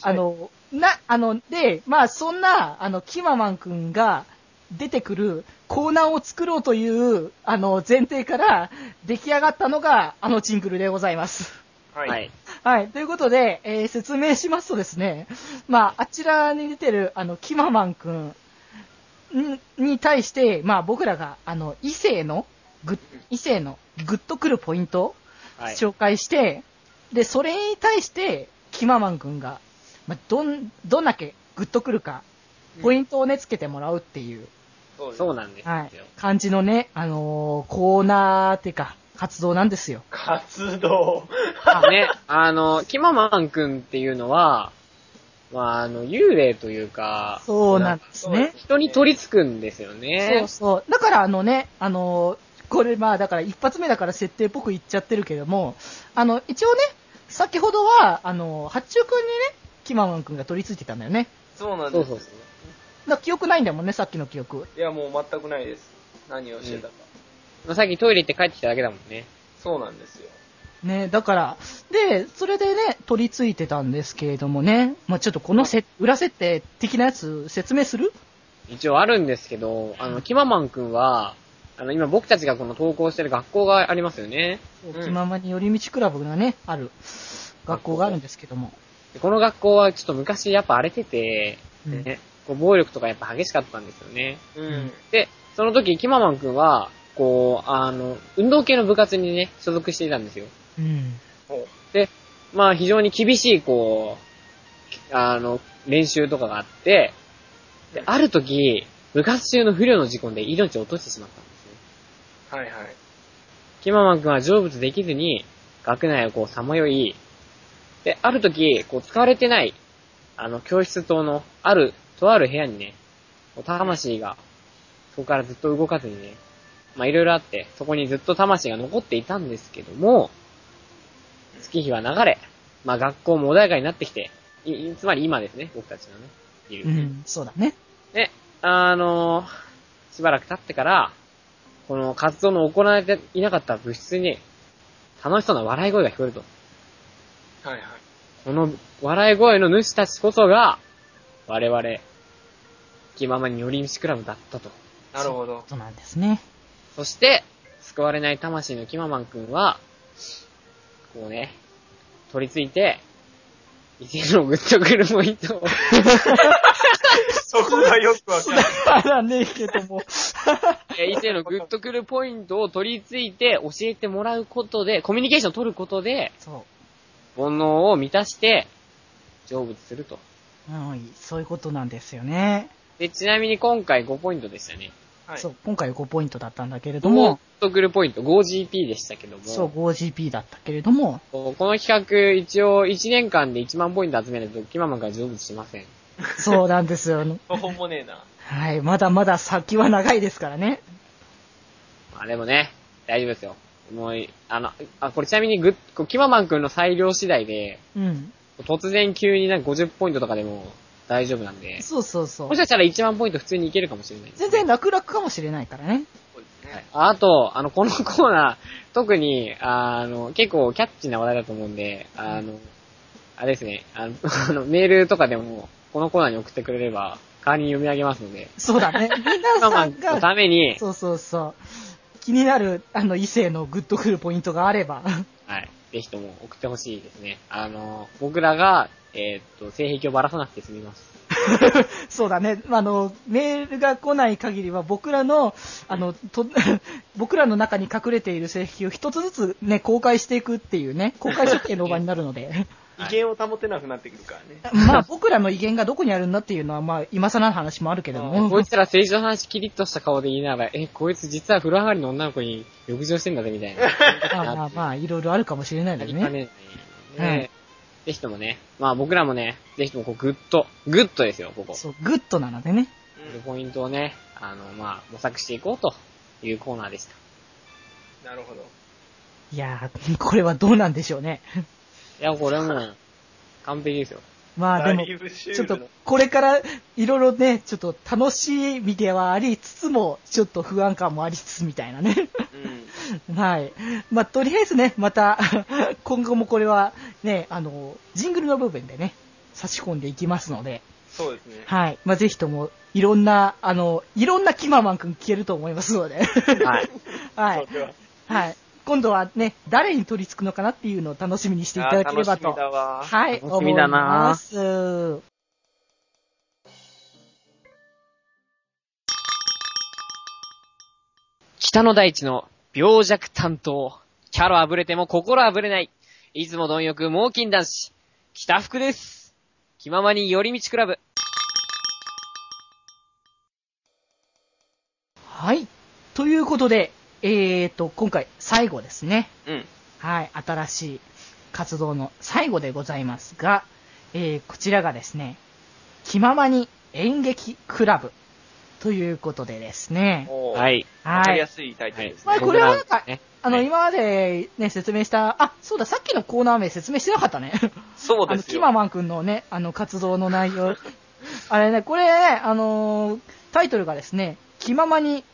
[SPEAKER 1] あの、な、あの、で、まあ、そんな、あの、キママンくんが出てくるコーナーを作ろうという、あの、前提から出来上がったのが、あのチングルでございます。
[SPEAKER 4] は
[SPEAKER 2] はい。
[SPEAKER 1] <laughs> はい。ということで、えー説明しますとですね、まあ、あちらに出てる、あの、キママンくんにに対して、まあ、僕らが、あの、異性の、ぐ、異性の、グッとくるポイント
[SPEAKER 2] はい。
[SPEAKER 1] 紹介して、で、それに対して、キママン君が、まあ、どん、どんだけグッとくるか、ポイントをね、つけてもらうっていう、
[SPEAKER 4] そうです
[SPEAKER 2] そうなんですよ。
[SPEAKER 1] はい、感じのね、あのーコーナーっていうか、活動なんですよ。
[SPEAKER 4] 活動。
[SPEAKER 2] ね、あの、キママンくんっていうのは、まあ、あの、幽霊というか、
[SPEAKER 1] そうなんです
[SPEAKER 4] そうで
[SPEAKER 1] ね
[SPEAKER 4] す。
[SPEAKER 2] 人に取り付くんですよ
[SPEAKER 1] そ
[SPEAKER 2] ね
[SPEAKER 1] う。そう。だからあのね、あのーこれまあだから一発目だから設定っぽく言っちゃってるけども、あの、一応ね、先ほどは、あのー、八中くんにね、キママン君が取り付いてたんだよね。
[SPEAKER 4] そうなんで
[SPEAKER 2] そう
[SPEAKER 4] す。
[SPEAKER 2] そうそう。
[SPEAKER 1] だから記憶ないんだもんね、さっきの記憶。
[SPEAKER 4] いや、もう全くないです。何をしてたか。
[SPEAKER 2] まあ、さっきトイレ行って帰ってきただけだもんね。
[SPEAKER 4] そうなんですよ。
[SPEAKER 1] ね、だから、で、それでね、取り付いてたんですけれどもね、まあちょっとこのせ裏設定的なやつ説明する
[SPEAKER 2] 一応あるんですけど、あの、キママンくんは、あの、今僕たちがこの投稿してる学校がありますよね。
[SPEAKER 4] うん
[SPEAKER 1] 気ままに寄り道クラブがね、ある学校があるんですけども。
[SPEAKER 2] でこの学校はちょっと昔やっぱ荒れてて、
[SPEAKER 1] うん
[SPEAKER 2] ね、こう暴力とかやっぱ激しかったんですよね。
[SPEAKER 4] うん。
[SPEAKER 2] で、その時、キママンくんは、こう、あの、運動系の部活にね、所属していたんですよ。
[SPEAKER 1] うん。
[SPEAKER 4] お
[SPEAKER 2] まあ非常に厳しい、こう、あの、練習とかがあって、で、ある時、部活中の不慮の事故で命を落としてしまったんですね。
[SPEAKER 4] はいはい。
[SPEAKER 2] キママン君は成仏できずに、学内をこうさまよい、で、ある時、こう使われてない、あの、教室棟の、ある、とある部屋にね、こう魂が、そこからずっと動かずにね、まあ、いろいろあって、そこにずっと魂が残っていたんですけども、月日は流れ、まあ、学校も穏やかになってきて、いいつまり今ですね、僕たちのね、いる。
[SPEAKER 1] うん、そうだね。
[SPEAKER 2] で、あのしばらく経ってから、この活動の行われていなかった部室に、楽しそうな笑い声が聞こえると。
[SPEAKER 4] はいはい。
[SPEAKER 2] この笑い声の主たちこそが、我々、気ままに寄り道クラブだったと。
[SPEAKER 4] なるほど。
[SPEAKER 1] そうなんですね。
[SPEAKER 2] そして、救われない魂のキママン君は、こうね、取り付いて、異性のグッとくるポイントを、
[SPEAKER 4] そこがよくわかる。
[SPEAKER 1] あらねえけども。
[SPEAKER 2] えー異性のグッとくるポイントを取り付いて教えてもらうことで、コミュニケーションを取ることで、
[SPEAKER 1] <laughs> そ
[SPEAKER 2] 煩悩を満たして、成仏すると。
[SPEAKER 1] う。うん、そういうことなんですよね。
[SPEAKER 2] で、ちなみに今回5ポイントでしたね。
[SPEAKER 4] はい
[SPEAKER 1] そう、今回5ポイントだったんだけれど
[SPEAKER 2] グッ
[SPEAKER 1] も、
[SPEAKER 2] とくるポイント 5GP でしたけども、
[SPEAKER 1] そう、5GP だったけれども、
[SPEAKER 2] この企画一応1年間で1万ポイント集めると、キママンから成仏しません。
[SPEAKER 1] そうなんですよ。
[SPEAKER 4] 途方もねえな。
[SPEAKER 1] はい、まだまだ先は長いですからね。
[SPEAKER 2] まあでもね、大丈夫ですよ。もうい、あの、あ、これちなみにグッ、こうキママン君の裁量次第で、
[SPEAKER 1] うん。
[SPEAKER 2] 突然急になんか50ポイントとかでも大丈夫なんで、
[SPEAKER 1] そうそうそう
[SPEAKER 2] もし。かしたら1万ポイント普通にいけるかもしれない、
[SPEAKER 1] 全然楽々かもしれないからね。
[SPEAKER 4] そうです
[SPEAKER 2] はい
[SPEAKER 4] ね。
[SPEAKER 2] あと、あの、このコーナー、 <laughs> 特に、あの、結構キャッチーな話題だと思うんで、あの、あれですね、あの、 <laughs> あのメールとかでも、このコーナーに送ってくれれば、代わりに読み上げますので、
[SPEAKER 1] そうだね。皆
[SPEAKER 2] ママ
[SPEAKER 1] さん
[SPEAKER 2] の
[SPEAKER 1] が、
[SPEAKER 2] ために、
[SPEAKER 1] そうそうそう。気になる、あの、異性のグッとくるポイントがあれば。 <laughs>
[SPEAKER 2] はい、ぜひとも送ってほしいですね。あの、僕らが、えーっと、性癖をばらさなくて済みます。
[SPEAKER 1] そうだね。あの、メールが来ない限りは僕らの、あの、と、 <laughs> 僕らの中に隠れている性癖を一つずつね、公開していくっていうね、公開処刑の場になるので。
[SPEAKER 4] 威厳を保てなくなってくるからね。
[SPEAKER 1] まあ僕らの威厳がどこにあるんだっていうのは、まあ今更の話もあるけども。
[SPEAKER 2] こいつら政治の話キリッとした顔で言いながら、え、こいつ実は風呂上がりの女の子に浴場してんだぜ、みたいな。
[SPEAKER 1] まあまあまあ、いろいろあるかもしれない
[SPEAKER 2] あ
[SPEAKER 1] で
[SPEAKER 2] り
[SPEAKER 1] す
[SPEAKER 2] かね
[SPEAKER 1] ね。
[SPEAKER 2] ない
[SPEAKER 1] は
[SPEAKER 2] ね
[SPEAKER 1] い
[SPEAKER 2] ぜひともね、まあ僕らもね、ぜひともこうグッと、グッとですよ、ここ。
[SPEAKER 1] そう、グッドなのでね。
[SPEAKER 2] ポイントをね、あの、まあ、模索していこうというコーナーでした。
[SPEAKER 4] なるほど。
[SPEAKER 1] いやー、これはどうなんでしょうね。
[SPEAKER 2] いや、これはもう、完璧ですよ。
[SPEAKER 1] まあでも
[SPEAKER 4] だい、ぶシュ
[SPEAKER 1] ちょっ
[SPEAKER 4] ー
[SPEAKER 1] と
[SPEAKER 4] ルな。
[SPEAKER 1] これからいろいろね、ちょっと楽しみではありつつも、ちょっと不安感もありつつみたいなね。 <laughs>
[SPEAKER 4] うん。
[SPEAKER 1] はい。まあとりあえずね、また、 <laughs> 今後もこれはね、あの、ジングルの部分でね、差し込んでいきますので、
[SPEAKER 4] そうですね。
[SPEAKER 1] はい。まあぜひとも、いろんな、あの、いろんなキママンくん聞けると思いますの
[SPEAKER 4] <laughs>
[SPEAKER 1] で。
[SPEAKER 2] はい。
[SPEAKER 1] は
[SPEAKER 4] そう
[SPEAKER 1] い。
[SPEAKER 4] では。
[SPEAKER 1] はい。今度はね、誰に取り付くのかなっていうのを楽しみにしていただければ
[SPEAKER 4] あー楽しみ
[SPEAKER 1] と。
[SPEAKER 4] だわ。
[SPEAKER 1] はい、
[SPEAKER 2] 楽しみだな
[SPEAKER 1] 思います。
[SPEAKER 2] 北の大地の病弱担当。キャラあぶれても心あぶれない。いつも貪欲猛禽男子。北福です。気ままに寄り道クラブ。
[SPEAKER 1] はい。ということで、えーと、今回最後ですね。
[SPEAKER 4] うん。
[SPEAKER 1] はい。新しい活動の最後でございますが、えー、こちらがですね、気ままに演劇クラブということでですね。
[SPEAKER 4] おー
[SPEAKER 2] は。い。
[SPEAKER 4] わか
[SPEAKER 1] は
[SPEAKER 4] り
[SPEAKER 1] い
[SPEAKER 4] や。すいタイトルです
[SPEAKER 1] ま
[SPEAKER 4] ね。
[SPEAKER 1] あこれはなんか
[SPEAKER 2] 僕らね
[SPEAKER 1] あの、
[SPEAKER 2] はい
[SPEAKER 1] 今までね、説明した、あ、そうだ、さっきのコーナー名説明してなかったね。
[SPEAKER 4] そう
[SPEAKER 1] あ
[SPEAKER 4] で
[SPEAKER 1] の、
[SPEAKER 4] す
[SPEAKER 1] キ
[SPEAKER 4] よ。
[SPEAKER 1] ママン君のね、あの、活動の内容。 <laughs> あれね、これね、あのータイトルがですね、気ままに、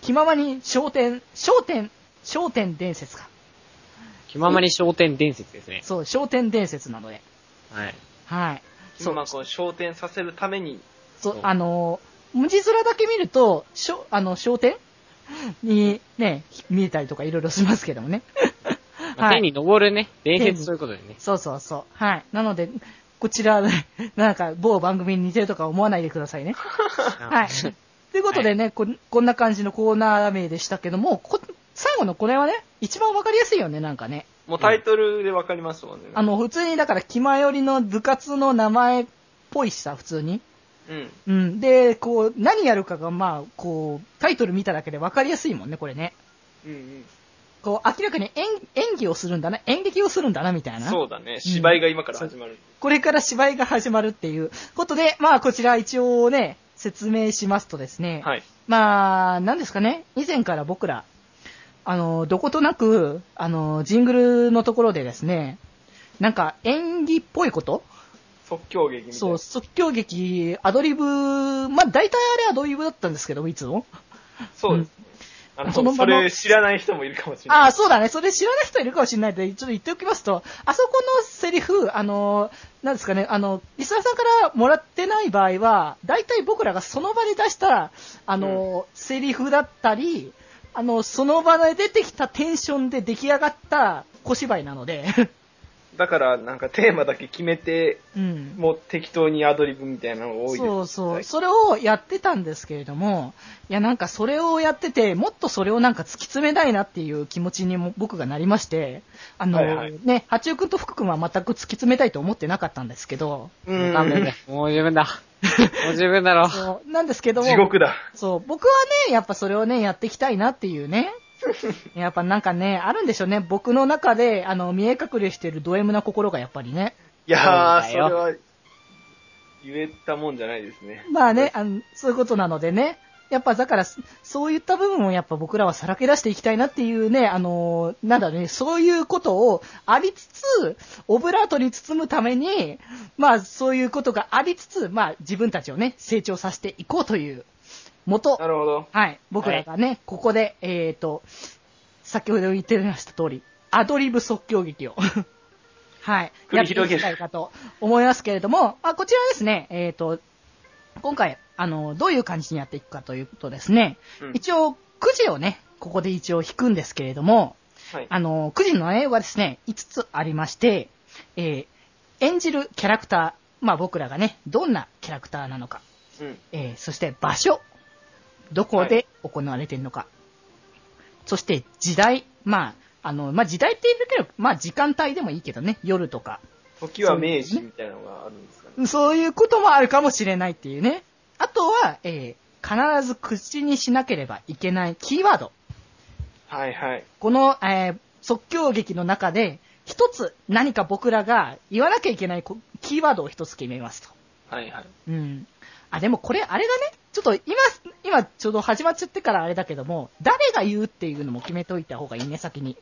[SPEAKER 1] 気ままに商店、商店、商店伝説か。
[SPEAKER 2] 気ままに商店伝説ですね。
[SPEAKER 1] そう、商店伝説なので。
[SPEAKER 2] はい。
[SPEAKER 1] はい。
[SPEAKER 4] キママン君を昇天させるために、
[SPEAKER 1] そう
[SPEAKER 2] そう、
[SPEAKER 1] あのー文字面だけ見ると、しょあの、商店にね、見えたりとかいろいろしますけども
[SPEAKER 4] <laughs>
[SPEAKER 1] ね。
[SPEAKER 2] まあ
[SPEAKER 1] はい
[SPEAKER 2] 天に昇るね、伝説ということで <laughs> ね。
[SPEAKER 1] そうそうそう。はい。なので、こちら、なんか某番組に似てるとか思わないでくださいね。はい。 <laughs> ということでね、こんこんな感じのコーナー名でしたけども、こ最後のこれはね、一番わかりやすいよね、なんかね。
[SPEAKER 4] もうタイトルでわかりますもんね。
[SPEAKER 1] あの、普通に、だから、気前よりの部活の名前っぽいしさ、普通に。
[SPEAKER 4] うん。
[SPEAKER 1] うん。で、こう、何やるかが、まあ、こう、タイトル見ただけでわかりやすいもんね、これね。
[SPEAKER 4] うん
[SPEAKER 1] こう、明らかに演演技をするんだな、演劇をするんだな、みた
[SPEAKER 4] う
[SPEAKER 1] い
[SPEAKER 4] ん。
[SPEAKER 1] な。
[SPEAKER 4] そうだね。芝居が今から始まる。
[SPEAKER 1] これから芝居が始まるっていうことで、まあ、こちら一応ね、説明しますとですね、
[SPEAKER 4] はい。
[SPEAKER 1] まあ、なんですかね、以前から僕ら、あの、どことなく、あの、ジングルのところでですね、なんか演技っぽいこと
[SPEAKER 4] 即興劇みたいな。
[SPEAKER 1] そう、即興劇、アドリブ、まあ大体あれアドリブだったんですけど、いつも。
[SPEAKER 4] そうですね。あの、
[SPEAKER 1] その場
[SPEAKER 4] そ
[SPEAKER 1] の
[SPEAKER 4] れ知らない人もいるかもしれない。
[SPEAKER 1] ああ、そうだね。それ知らない人いるかもしれないので、ちょっと言っておきますと、あそこのセリフ、あの、なんですかね、あの、リスナーさんからもらってない場合は、大体僕らがその場で出した、あの、セリフだったり、あの、その場で出てきたテンションで出来上がった小芝居なので、 <laughs>
[SPEAKER 4] だから、なんかテーマだけ決めて、
[SPEAKER 1] うん。
[SPEAKER 4] もう適当にアドリブみたいなのが多いです。
[SPEAKER 1] そうそ
[SPEAKER 4] は
[SPEAKER 1] う。
[SPEAKER 4] い
[SPEAKER 1] それをやってたんですけれども、いや、なんかそれをやってて、もっとそれをなんか突き詰めたいなっていう気持ちにも僕がなりまして、あの、
[SPEAKER 4] はいはい
[SPEAKER 1] ね、八中くんと福くんは全く突き詰めたいと思ってなかったんですけど、
[SPEAKER 4] う
[SPEAKER 2] もう勘弁
[SPEAKER 4] ん
[SPEAKER 2] だ。もう
[SPEAKER 1] <laughs>
[SPEAKER 2] 十分だ。もう十分だろ。
[SPEAKER 1] そうなんですけども、
[SPEAKER 4] 地獄だ。
[SPEAKER 1] そう、僕はね、やっぱそれをね、やっていきたいなっていう
[SPEAKER 4] <laughs>
[SPEAKER 1] ね。やっぱなんかね、あるんでしょうね。僕の中で、あの、見え隠れしてるド M な心がやっぱりね。
[SPEAKER 4] いやー、そ
[SPEAKER 2] そうだ
[SPEAKER 4] れ
[SPEAKER 2] よ
[SPEAKER 4] は、言えたもんじゃないですね。
[SPEAKER 1] まあね、あの、そういうことなのでね。やっぱだから、そそういった部分をやっぱ僕らはさらけ出していきたいなっていうね、あのー、なんだろうね、そういうことをありつつ、オブラートに包むために、まあそういうことがありつつ、まあ自分たちをね、成長させていこうという、もと
[SPEAKER 4] な、るほど。
[SPEAKER 1] はい、僕らがね、ここで、えっ、と、先ほど言ってました通り、アドリブ即興劇を、 <laughs> はい、
[SPEAKER 4] 繰り広げる
[SPEAKER 1] やっていきたいかと思いますけれども、まあ、こちらですね、えっ、と、今回、あの、どういう感じにやっていくかということですね、
[SPEAKER 4] うん
[SPEAKER 1] 一応、くじをね、ここで一応引くんですけれども、
[SPEAKER 4] はい。
[SPEAKER 1] あの、くじの絵はですね、5つありまして、えー演じるキャラクター、まあ僕らがね、どんなキャラクターなのか、
[SPEAKER 4] うん。
[SPEAKER 1] えーそして場所、どこで行われているのか、そして時代、まあ、あの、まあ、時代って言うけど、まあ、時間帯でもいいけどね、夜とか、
[SPEAKER 4] 時は明治みたいなのがあるんですかね。
[SPEAKER 1] そういうこともあるかもしれないっていうね。あとは、えー必ず口にしなければいけないキーワード。
[SPEAKER 4] はいはい。
[SPEAKER 1] この、えー即興劇の中で、一つ何か僕らが言わなきゃいけないこキーワードを一つ決めますと。
[SPEAKER 4] はいはい。
[SPEAKER 1] うん。あ、でもこれあれだね。ちょっと今、今ちょうど始まっちゃってからあれだけども、誰が言うっていうのも決めといた方がいいね、先に。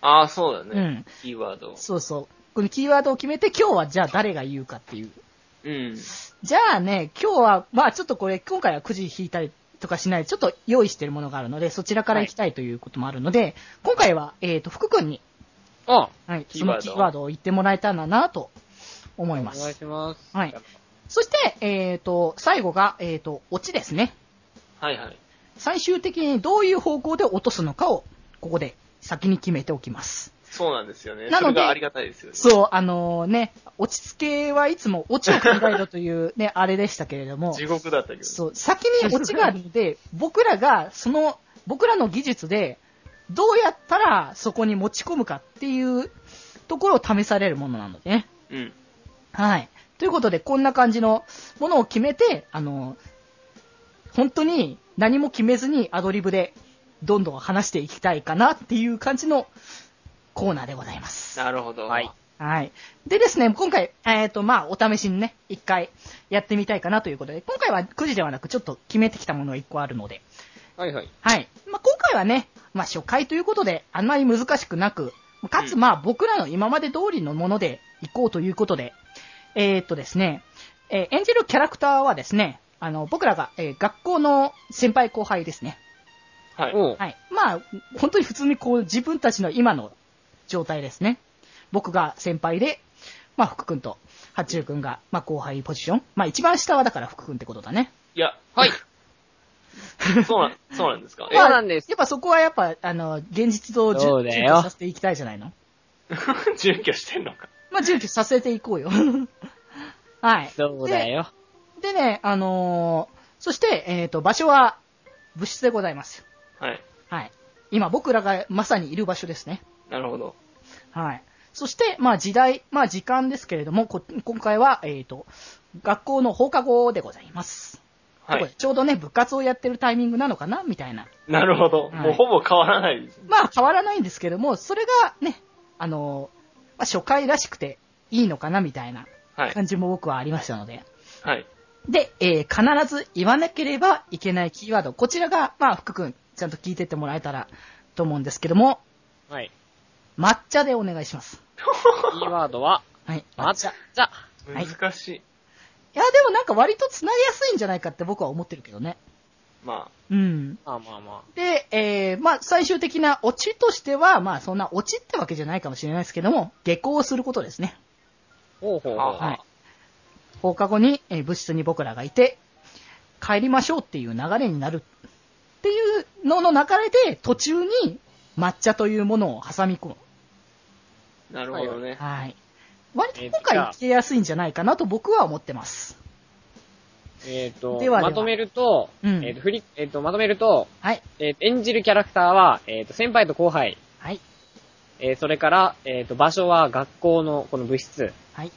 [SPEAKER 4] ああ、そうだね。
[SPEAKER 1] うん
[SPEAKER 4] キーワードを。
[SPEAKER 1] そうそう。このキーワードを決めて、今日はじゃあ誰が言うかっていう。
[SPEAKER 4] うん。
[SPEAKER 1] じゃあね、今日は、まあちょっとこれ、今回はくじ引いたりとかしないで、ちょっと用意してるものがあるので、そちらから行きたいということもあるので、今回は、えっ、と、福君に、
[SPEAKER 2] あ、
[SPEAKER 1] はい、
[SPEAKER 4] キ
[SPEAKER 1] そ
[SPEAKER 4] ー
[SPEAKER 1] の
[SPEAKER 4] ワード
[SPEAKER 1] キーワードを言ってもらえたらなと思い
[SPEAKER 2] お
[SPEAKER 1] ま
[SPEAKER 2] 願い
[SPEAKER 1] す。
[SPEAKER 2] します。
[SPEAKER 1] はいそして、えっ、と、最後が、えっ、と、オチですね。
[SPEAKER 4] はいはい。
[SPEAKER 1] 最終的にどういう方向で落とすのかを、ここで先に決めておきます。
[SPEAKER 4] そうなんですよね。
[SPEAKER 1] なので
[SPEAKER 4] それがありがたいですよね。
[SPEAKER 1] そう、あのね、落ち着けはいつも落ちを考えろという <laughs> ね、あれでしたけれども
[SPEAKER 4] 地、獄だったけど。
[SPEAKER 1] そう、先に落ちがあるの <laughs> で、僕らが、その、僕らの技術で、どうやったらそこに持ち込むかっていうところを試されるものなのでね。
[SPEAKER 4] うん。
[SPEAKER 1] はい。ということで、こんな感じのものを決めて、あの、本当に何も決めずにアドリブでどんどん話していきたいかなっていう感じのコーナーでございます。
[SPEAKER 4] なるほど。
[SPEAKER 2] はい。
[SPEAKER 1] はい。でですね、今回、えっ、と、まあ、お試しにね、一回やってみたいかなということで、今回はくじではなく、ちょっと決めてきたものが一個あるので、
[SPEAKER 2] はいはい。
[SPEAKER 1] はい。まあ、今回はね、まあ、初回ということで、あんまり難しくなく、かつ、まあ、僕らの今まで通りのもので行こうということで、えーっとですね、えー演じるキャラクターはですね、あの、僕らが、えー学校の先輩後輩ですね。
[SPEAKER 4] はい。
[SPEAKER 2] おう
[SPEAKER 1] はい。まあ、本当に普通にこう、自分たちの今の状態ですね。僕が先輩で、まあ、福君と、八中君が、まあ、後輩ポジション。まあ、一番下はだから福君ってことだね。
[SPEAKER 4] いや、
[SPEAKER 2] はい。
[SPEAKER 4] そうなん、そうなんですか。 <laughs>
[SPEAKER 2] そうなんです
[SPEAKER 1] やっぱそこはやっぱ、あの、現実と
[SPEAKER 2] そう
[SPEAKER 1] 準
[SPEAKER 2] だよ
[SPEAKER 1] 準拠させていきたいじゃないの
[SPEAKER 4] 準拠してんのか。
[SPEAKER 1] まあ、準拠させていこうよ。 <laughs> はい。
[SPEAKER 2] そうだよ。
[SPEAKER 1] で。でね、あのーそして、えっ、と、場所は、部室でございます。
[SPEAKER 4] はい。
[SPEAKER 1] はい。今、僕らがまさにいる場所ですね。
[SPEAKER 4] なるほど。
[SPEAKER 1] はい。そして、まあ、時代、まあ、時間ですけれども、こ今回は、えっ、と、学校の放課後でございます。
[SPEAKER 4] は
[SPEAKER 1] とこ
[SPEAKER 4] い
[SPEAKER 1] で。ちょうどね、部活をやってるタイミングなのかなみたいな。
[SPEAKER 4] なるほど。
[SPEAKER 1] はい
[SPEAKER 4] もうほぼ変わらないですね。
[SPEAKER 1] まあ変わらないんですけども、それがね、あのまあ、初回らしくていいのかなみたいな
[SPEAKER 4] はい。
[SPEAKER 1] 感じも僕はありましたので。
[SPEAKER 4] はい。
[SPEAKER 1] で、えー必ず言わなければいけないキーワード。こちらが、まあ、福くん、ちゃんと聞いてってもらえたらと思うんですけども、
[SPEAKER 2] はい。
[SPEAKER 1] 抹茶でお願いします。
[SPEAKER 2] キーワードは、
[SPEAKER 1] はい。
[SPEAKER 2] 抹
[SPEAKER 1] い
[SPEAKER 2] 茶。じゃ
[SPEAKER 1] はい
[SPEAKER 4] 難しい。
[SPEAKER 1] や、でもなんか割と繋ぎやすいんじゃないかって僕は思ってるけどね。
[SPEAKER 4] ま
[SPEAKER 1] うん。
[SPEAKER 2] まあまあま
[SPEAKER 1] で、えーまあ、最終的なオチとしては、まあ、そんなオチってわけじゃないかもしれないですけども、下校をすることですね。
[SPEAKER 2] あ。ほうほうほう。
[SPEAKER 4] あ
[SPEAKER 1] はい。放課後に、えー部室に僕らがいて、帰りましょうっていう流れになるっていうのの流れで、途中に抹茶というものを挟み込む。
[SPEAKER 4] あ、なるほどね。
[SPEAKER 1] はい。割と今回行きやすいんじゃないかなと僕は思ってます。
[SPEAKER 2] えっ、と
[SPEAKER 1] ではでは
[SPEAKER 2] まとめると、
[SPEAKER 1] うん
[SPEAKER 2] えっ、と、振り、えっ、と、まとめると、
[SPEAKER 1] はい。
[SPEAKER 2] えー演じるキャラクターは、えっ、と、先輩と後輩、
[SPEAKER 1] はい。
[SPEAKER 2] えーそれから、えっ、と、場所は学校のこの部室、
[SPEAKER 1] はい。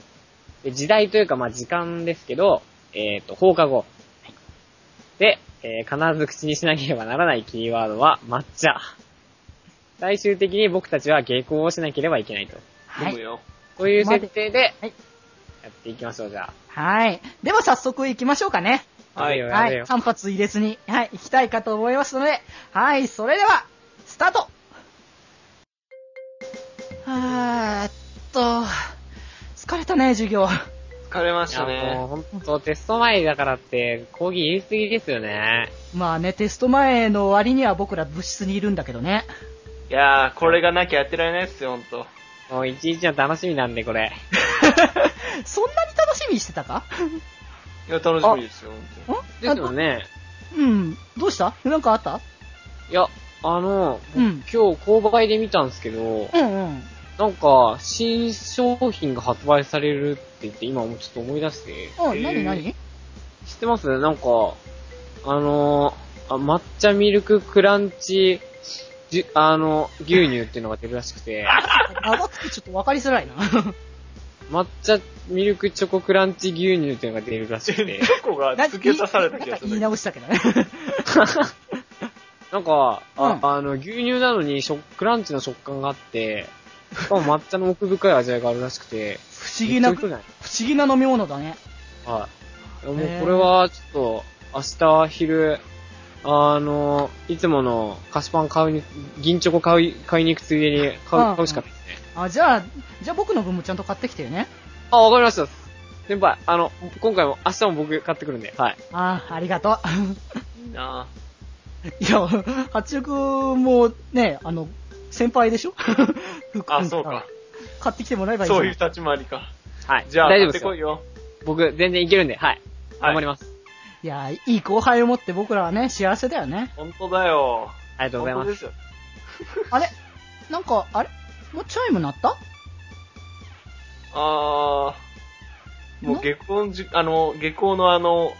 [SPEAKER 2] で時代というか、まあ、時間ですけど、えっ、と、放課後。で、えー必ず口にしなければならないキーワードは、抹茶。最終的に僕たちは下校をしなければいけないと。
[SPEAKER 1] は
[SPEAKER 4] む
[SPEAKER 1] い。
[SPEAKER 4] よ。
[SPEAKER 2] という設定で、
[SPEAKER 1] はい
[SPEAKER 2] やっていきましょう、じゃ
[SPEAKER 1] はい。では早速行きましょうかね。
[SPEAKER 2] あ。はい、や
[SPEAKER 1] は
[SPEAKER 2] め
[SPEAKER 1] い。
[SPEAKER 2] よ
[SPEAKER 1] 間髪入れずに、はい、行きたいかと思いますので、はい、それでは、スタートあーっと、疲れたね、授業。
[SPEAKER 4] 疲れま
[SPEAKER 2] い
[SPEAKER 4] し
[SPEAKER 2] や、
[SPEAKER 4] た
[SPEAKER 2] もう
[SPEAKER 4] ね。
[SPEAKER 2] 本当テスト前だからって、講義入れすぎですよね。
[SPEAKER 1] まあね、テスト前の割には僕ら部室にいるんだけどね。
[SPEAKER 4] いやー、これがなきゃやってられないっすよ、ほんと。
[SPEAKER 2] もう一日は楽しみなんで、これ。
[SPEAKER 1] そんなに楽しみにしてたか
[SPEAKER 4] いや、楽しみですよ、ほんと。
[SPEAKER 1] ん
[SPEAKER 2] ですよね。
[SPEAKER 1] うん。どうしたなんかあった
[SPEAKER 2] いや、あの、
[SPEAKER 1] うん
[SPEAKER 2] 今日購買で見たんですけど、
[SPEAKER 1] うんうん。
[SPEAKER 2] なんか、新商品が発売されるって言って、今もうちょっと思い出して。
[SPEAKER 1] うん、なになに
[SPEAKER 2] 知ってますなんか、あのーあ、抹茶ミルククランチ、じゅあの、牛乳っていうのが出るらしく
[SPEAKER 1] <laughs>
[SPEAKER 2] て、
[SPEAKER 1] 泡つきちょっとわかりづらいな。
[SPEAKER 2] 抹茶ミルクチョコクランチ牛乳っていうのが出るらし
[SPEAKER 1] <laughs>
[SPEAKER 2] くて、
[SPEAKER 4] どこが付け足された気がす
[SPEAKER 1] なんか <laughs> 言い
[SPEAKER 4] る。
[SPEAKER 1] 直したけどね。
[SPEAKER 2] なんか、あ
[SPEAKER 1] うん
[SPEAKER 2] あの、牛乳なのに食クランチの食感があって、しかも抹茶の奥深い味わいがあるらしくて、
[SPEAKER 1] 不思議な、
[SPEAKER 2] めっ
[SPEAKER 1] 不
[SPEAKER 2] ちゃ良くない
[SPEAKER 1] 思議な飲み物だね。
[SPEAKER 2] はい。もうこ
[SPEAKER 1] へー
[SPEAKER 2] れは、ちょっと、明日昼、あの、いつもの菓子パン買うに、銀チョコ買い、買いに行くついでに
[SPEAKER 1] うんう
[SPEAKER 2] 買
[SPEAKER 1] ん
[SPEAKER 2] う、買うしかないですね。
[SPEAKER 1] あ、じゃあ、じゃあ僕の分もちゃんと買ってきてよね。
[SPEAKER 2] あ、わかりました。先輩、あの、今回も、明日も僕買ってくるんで、はい。
[SPEAKER 1] ああ、ありがとう。 <laughs>
[SPEAKER 4] いいな
[SPEAKER 1] はいや、八中君もね、あの、先輩でしょ
[SPEAKER 4] <laughs> あ、そうか。。
[SPEAKER 1] 買ってきてもらえばいいじゃ
[SPEAKER 4] そ
[SPEAKER 1] ん
[SPEAKER 4] ういう立ち回りか。
[SPEAKER 2] はい。
[SPEAKER 4] じゃあ、
[SPEAKER 2] 大
[SPEAKER 4] 買
[SPEAKER 2] 丈夫
[SPEAKER 4] っ
[SPEAKER 2] で
[SPEAKER 4] て
[SPEAKER 2] す
[SPEAKER 4] こ
[SPEAKER 2] よ
[SPEAKER 4] い。よ。
[SPEAKER 2] 僕、全然いけるんで、はい。
[SPEAKER 4] はい
[SPEAKER 2] 頑張ります。
[SPEAKER 1] いや、いい後輩を持って僕らはね、幸せだよ
[SPEAKER 4] <laughs>
[SPEAKER 1] ね。
[SPEAKER 4] ほんとだよ。
[SPEAKER 2] ありがとうござい
[SPEAKER 4] ほん
[SPEAKER 2] ます。
[SPEAKER 4] ですよ。
[SPEAKER 1] あれなんか、あれもうチャイム鳴
[SPEAKER 4] <laughs>
[SPEAKER 1] った
[SPEAKER 4] あー、もう
[SPEAKER 1] の
[SPEAKER 4] 下校じ、あの、下校のあの、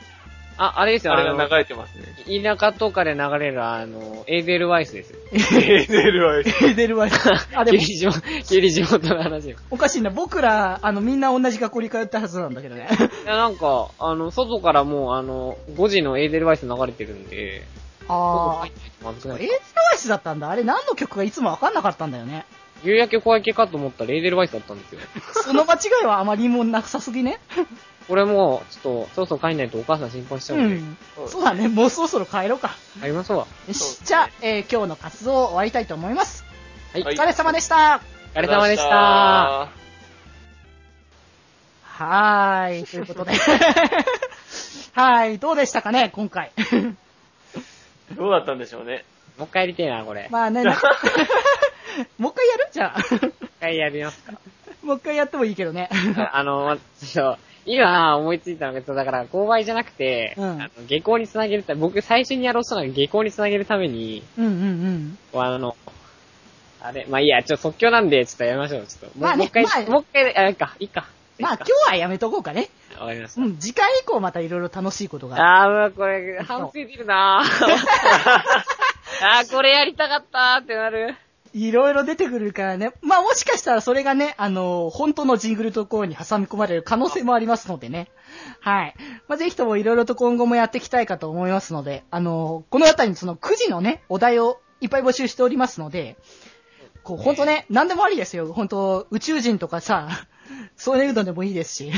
[SPEAKER 2] あ、あれですよ、
[SPEAKER 4] あ
[SPEAKER 2] あ
[SPEAKER 4] れが
[SPEAKER 2] の
[SPEAKER 4] 流、れてますね。
[SPEAKER 2] 田舎とかで流れる、あの、エーデルワイス <laughs> です。
[SPEAKER 4] エーデルワイス。
[SPEAKER 1] 出るわよ。 <laughs> あ、でも
[SPEAKER 4] <laughs>
[SPEAKER 2] キ <laughs> リ、ジモ、キリジモとの話。い
[SPEAKER 1] おかしいな。僕ら、あの、みんな同じ学校に通ったはずなんだけど
[SPEAKER 4] <laughs>
[SPEAKER 1] ね。
[SPEAKER 2] や、なんか、あの、外からもう、あの、5時のエーデルワイス流れてるんで、
[SPEAKER 1] あ
[SPEAKER 2] ここ入ってないとまずく
[SPEAKER 1] あ。
[SPEAKER 2] な
[SPEAKER 1] エー
[SPEAKER 2] い
[SPEAKER 1] デルワイスだったんだ。あれ何の曲かいつもわかんなかったんだよね。
[SPEAKER 2] 夕焼け小焼けかと思ったらエーデルワイスだったんで
[SPEAKER 1] <laughs>
[SPEAKER 2] すよ。
[SPEAKER 1] その間違いはあまりにもなさすぎね。
[SPEAKER 2] これもう、ちょっと、そろそろ帰んないとお母さん心配しちゃ
[SPEAKER 1] う
[SPEAKER 2] うんで、
[SPEAKER 1] ん。そうだね。もうそろそろ帰ろうか。
[SPEAKER 2] 帰りましょう。
[SPEAKER 1] よ
[SPEAKER 4] そうで
[SPEAKER 1] し、
[SPEAKER 4] すね
[SPEAKER 1] じゃあ、えー今日の活動を終わりたいと思います。
[SPEAKER 2] はい。
[SPEAKER 4] はい
[SPEAKER 1] お疲れ様でした。
[SPEAKER 2] お疲れ様でした。
[SPEAKER 1] はーい、ということで。はい、どうでしたかね、今回。
[SPEAKER 4] どうだったんでしょうね。
[SPEAKER 2] もう一回やりてえな、
[SPEAKER 1] <laughs>
[SPEAKER 2] これ。もう
[SPEAKER 1] まあね、なもう一回やるじゃあ。 <laughs>
[SPEAKER 2] 一回やりますか。
[SPEAKER 1] もう一回やってもいいけどね。
[SPEAKER 2] あの、ちょっと、今思いついたのが、そうだから、購買じゃなくて、
[SPEAKER 1] うん
[SPEAKER 2] あの下校につなげるため、僕最初にやろうとしたのが下校につなげるために、
[SPEAKER 1] うんうんうん。
[SPEAKER 2] あの、あれ、まあいいや、ちょっと即興なんで、ちょっとやめましょう、ちょっと。もう
[SPEAKER 1] まあね
[SPEAKER 2] もう一回、
[SPEAKER 1] まあ
[SPEAKER 2] もう一回、あ、いいか、いいか。
[SPEAKER 1] まあ今日はやめとこうかね。
[SPEAKER 2] 日。わかりまし
[SPEAKER 1] うん、次回以降またいろいろ楽しいこと
[SPEAKER 2] た。
[SPEAKER 1] が。
[SPEAKER 2] あー、もうこれ、半ついてる <laughs> なーあー、これやりたかったーってなる。
[SPEAKER 1] いろいろ出てくるからね。まあもしかしたらそれがね、あのー本当のジングルところに挟み込まれる可能性もありますのでね。はい。まあぜひともいろいろと今後もやっていきたいかと思いますので、あのーこのあたりにその9時のね、お題をいっぱい募集しておりますので、こう、本当ね、何でもありですよ。本当宇宙人とかさ、そういうのでもいいですし。
[SPEAKER 2] ビ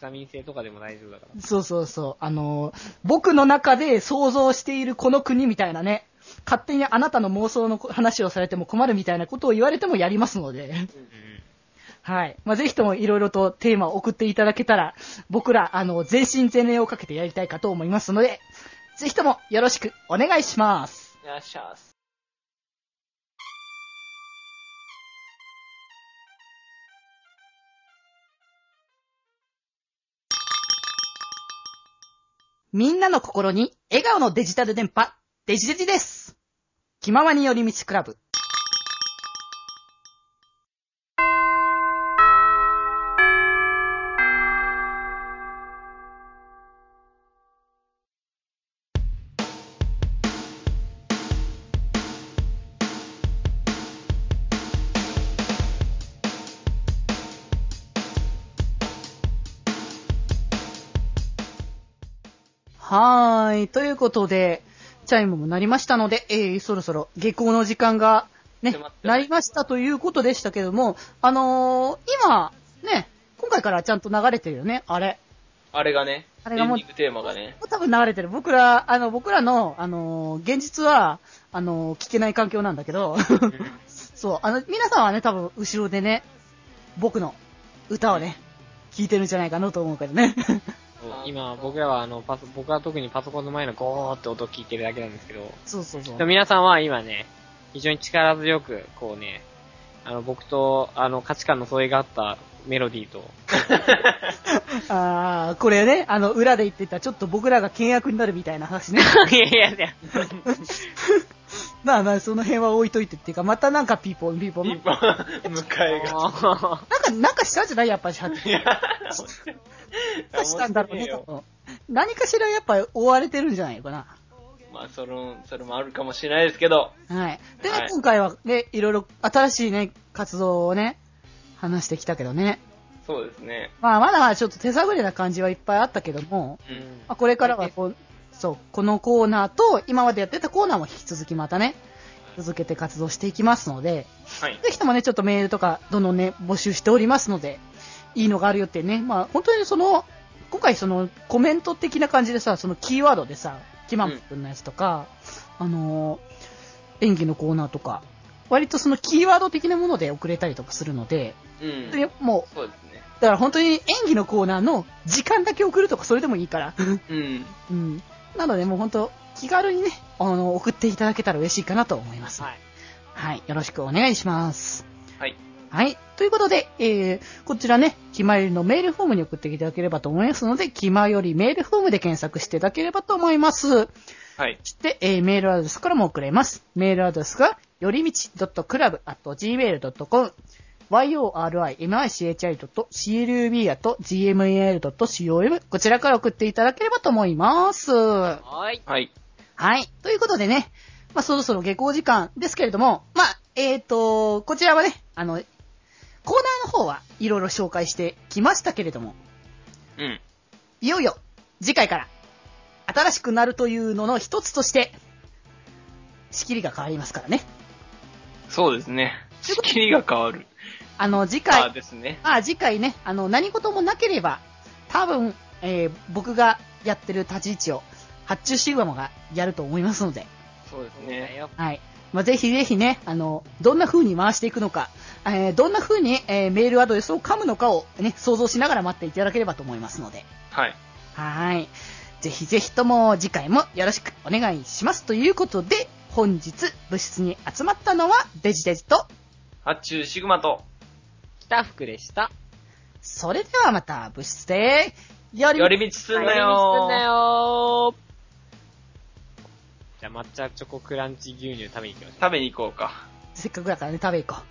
[SPEAKER 2] タミン性とかでも大丈夫だから。
[SPEAKER 1] そうそうそう。あのー、僕の中で想像しているこの国みたいなね、勝手にあなたの妄想の話をされても困るみたいなことを言われてもやりますので、はい。まあ、ぜひともいろいろとテーマを送っていただけたら、僕ら、あの、全身全霊をかけてやりたいかと思いますので、ぜひともよろしくお願いします。
[SPEAKER 4] よっしゃーす。
[SPEAKER 1] みんなの心に笑顔のデジタル電波、デジデジです。気ままに寄り道クラブ。はーい。ということで、チャイムも鳴りましたので、えー、そろそろ下校の時間がね
[SPEAKER 4] 迫って、まいりまし
[SPEAKER 1] な
[SPEAKER 4] た
[SPEAKER 1] りましたということでしたけども、あのー今、ね、今回からちゃんと流れてるよね、あれ。
[SPEAKER 4] あれがね、
[SPEAKER 1] あ
[SPEAKER 4] エン
[SPEAKER 1] れ
[SPEAKER 4] デ
[SPEAKER 1] が
[SPEAKER 4] ィ
[SPEAKER 1] も
[SPEAKER 4] ン
[SPEAKER 1] う
[SPEAKER 4] グテーマ
[SPEAKER 1] <laughs>
[SPEAKER 4] がね。
[SPEAKER 1] もう多分流れてる。僕ら、あの、僕らの、あの、現実は、あの、聞けない環境なんだけど、 <laughs> そう、あの、皆さんはね、多分、後ろでね、僕の歌をね、聞いてるんじゃないかなと思うけど <laughs> ね。
[SPEAKER 2] 今、僕らはあの、パソ、僕は特にパソコンの前のゴーって音を聞いてるだけなんですけど、
[SPEAKER 1] そうそうそう
[SPEAKER 2] で。皆さんは今ね、非常に力強く、こうね、あの、僕と、あの、価値観の相違があったメロディーと、
[SPEAKER 1] あー、これね、あの、裏で言ってた、ちょっと僕らが倹約になるみたいな話ね。
[SPEAKER 2] <laughs>
[SPEAKER 1] <laughs>
[SPEAKER 2] いやいやいや、
[SPEAKER 1] まあまあ、その辺は置いといてっていうか、またなんかピーポン、ピーポン。
[SPEAKER 4] 一
[SPEAKER 1] なん
[SPEAKER 4] 般、迎えが。
[SPEAKER 2] も
[SPEAKER 1] か、なんかしたんじゃないやっぱり、社長
[SPEAKER 4] いや、
[SPEAKER 1] なんかしたんだろうね、
[SPEAKER 4] 面白い
[SPEAKER 1] 多
[SPEAKER 4] よ
[SPEAKER 1] 分何かしらやっぱ追われてるんじゃないのかな。
[SPEAKER 4] まあ、その、それもあるかもしれないですけど、
[SPEAKER 1] はい。でね、
[SPEAKER 4] はい
[SPEAKER 1] 今回はね、いろいろ新しいね、活動をね、話してきたけどね。
[SPEAKER 4] そうですね。
[SPEAKER 1] まあ、まだまだちょっと手探りな感じはいっぱいあったけども、
[SPEAKER 4] う
[SPEAKER 2] うん
[SPEAKER 4] ん。
[SPEAKER 1] まあ、これからはこう、そう、このコーナーと、今までやってたコーナーも引き続きまたね、続けて活動していきますので、
[SPEAKER 4] はい。
[SPEAKER 1] ぜひともね、ちょっとメールとか、どんどんね、募集しておりますので、いいのがあるよってね、まあ、本当にその、今回その、コメント的な感じでさ、そのキーワードでさ、キマンプのやつとか、あのー、演技のコーナーとか、割とそのキーワード的なもので送れたりとかするので、
[SPEAKER 4] う
[SPEAKER 1] 本
[SPEAKER 4] ん
[SPEAKER 1] 当。にも
[SPEAKER 4] そうです
[SPEAKER 1] う、だから本当に演技のコーナーの時間だけ送るとか、それでもいいから。
[SPEAKER 4] ね。
[SPEAKER 1] うん。なので、もう本当、気軽にね、あの、送っていただけたら嬉しいかなと思います。
[SPEAKER 2] はい。
[SPEAKER 1] はい。よろしくお願いします。
[SPEAKER 4] はい。
[SPEAKER 1] はい。ということで、えー、こちらね、きまよりのメールフォームに送っていただければと思いますので、きまよりメールフォームで検索していただければと思います。
[SPEAKER 4] うん。はい。
[SPEAKER 1] そして、えー、メールアドレスからも送れます。メールアドレスが、よりみち .club.gmail.com yorimichi.club.gmail.com こちらから送っていただければと思います。は
[SPEAKER 2] はい。
[SPEAKER 4] はい。
[SPEAKER 1] い。ということでね、まあ、そろそろ下校時間ですけれども、まあ、えーと、こちらはね、あの、コーナーの方はいろいろ紹介してきましたけれども、
[SPEAKER 4] うん。
[SPEAKER 1] いよいよ、次回から、新しくなるというのの一つとして、仕切りが変わりますからね。
[SPEAKER 4] そうですね。仕切りが変わる。
[SPEAKER 1] あの、次
[SPEAKER 4] あ
[SPEAKER 1] 回、
[SPEAKER 4] ですね。
[SPEAKER 1] あ、次回ね、あの、何事もなければ、多分、えー僕がやってる立ち位置を、発注シグマがやると思いますので、
[SPEAKER 4] そうです
[SPEAKER 2] だ
[SPEAKER 4] ね。
[SPEAKER 2] よ
[SPEAKER 1] はい。まあ、ぜひぜひね、あの、どんな風に回していくのか、えーどんな風に、えーメールアドレスを噛むのかをね、想像しながら待っていただければと思いますので、
[SPEAKER 4] はい。
[SPEAKER 1] はい。ぜひぜひとも次回もよろしくお願いします。ということで、本日部室に集まったのはデジデジと、
[SPEAKER 4] 発注シグマと、
[SPEAKER 2] 北福でした。
[SPEAKER 1] それではまた部室で、よ
[SPEAKER 4] 寄り道すんな
[SPEAKER 2] すんな
[SPEAKER 4] よ
[SPEAKER 2] よーじゃあ、抹茶チョコクランチ牛乳食べに行きましょう。
[SPEAKER 4] 食べに行こうか。
[SPEAKER 1] せっかくだからね、食べ行こう。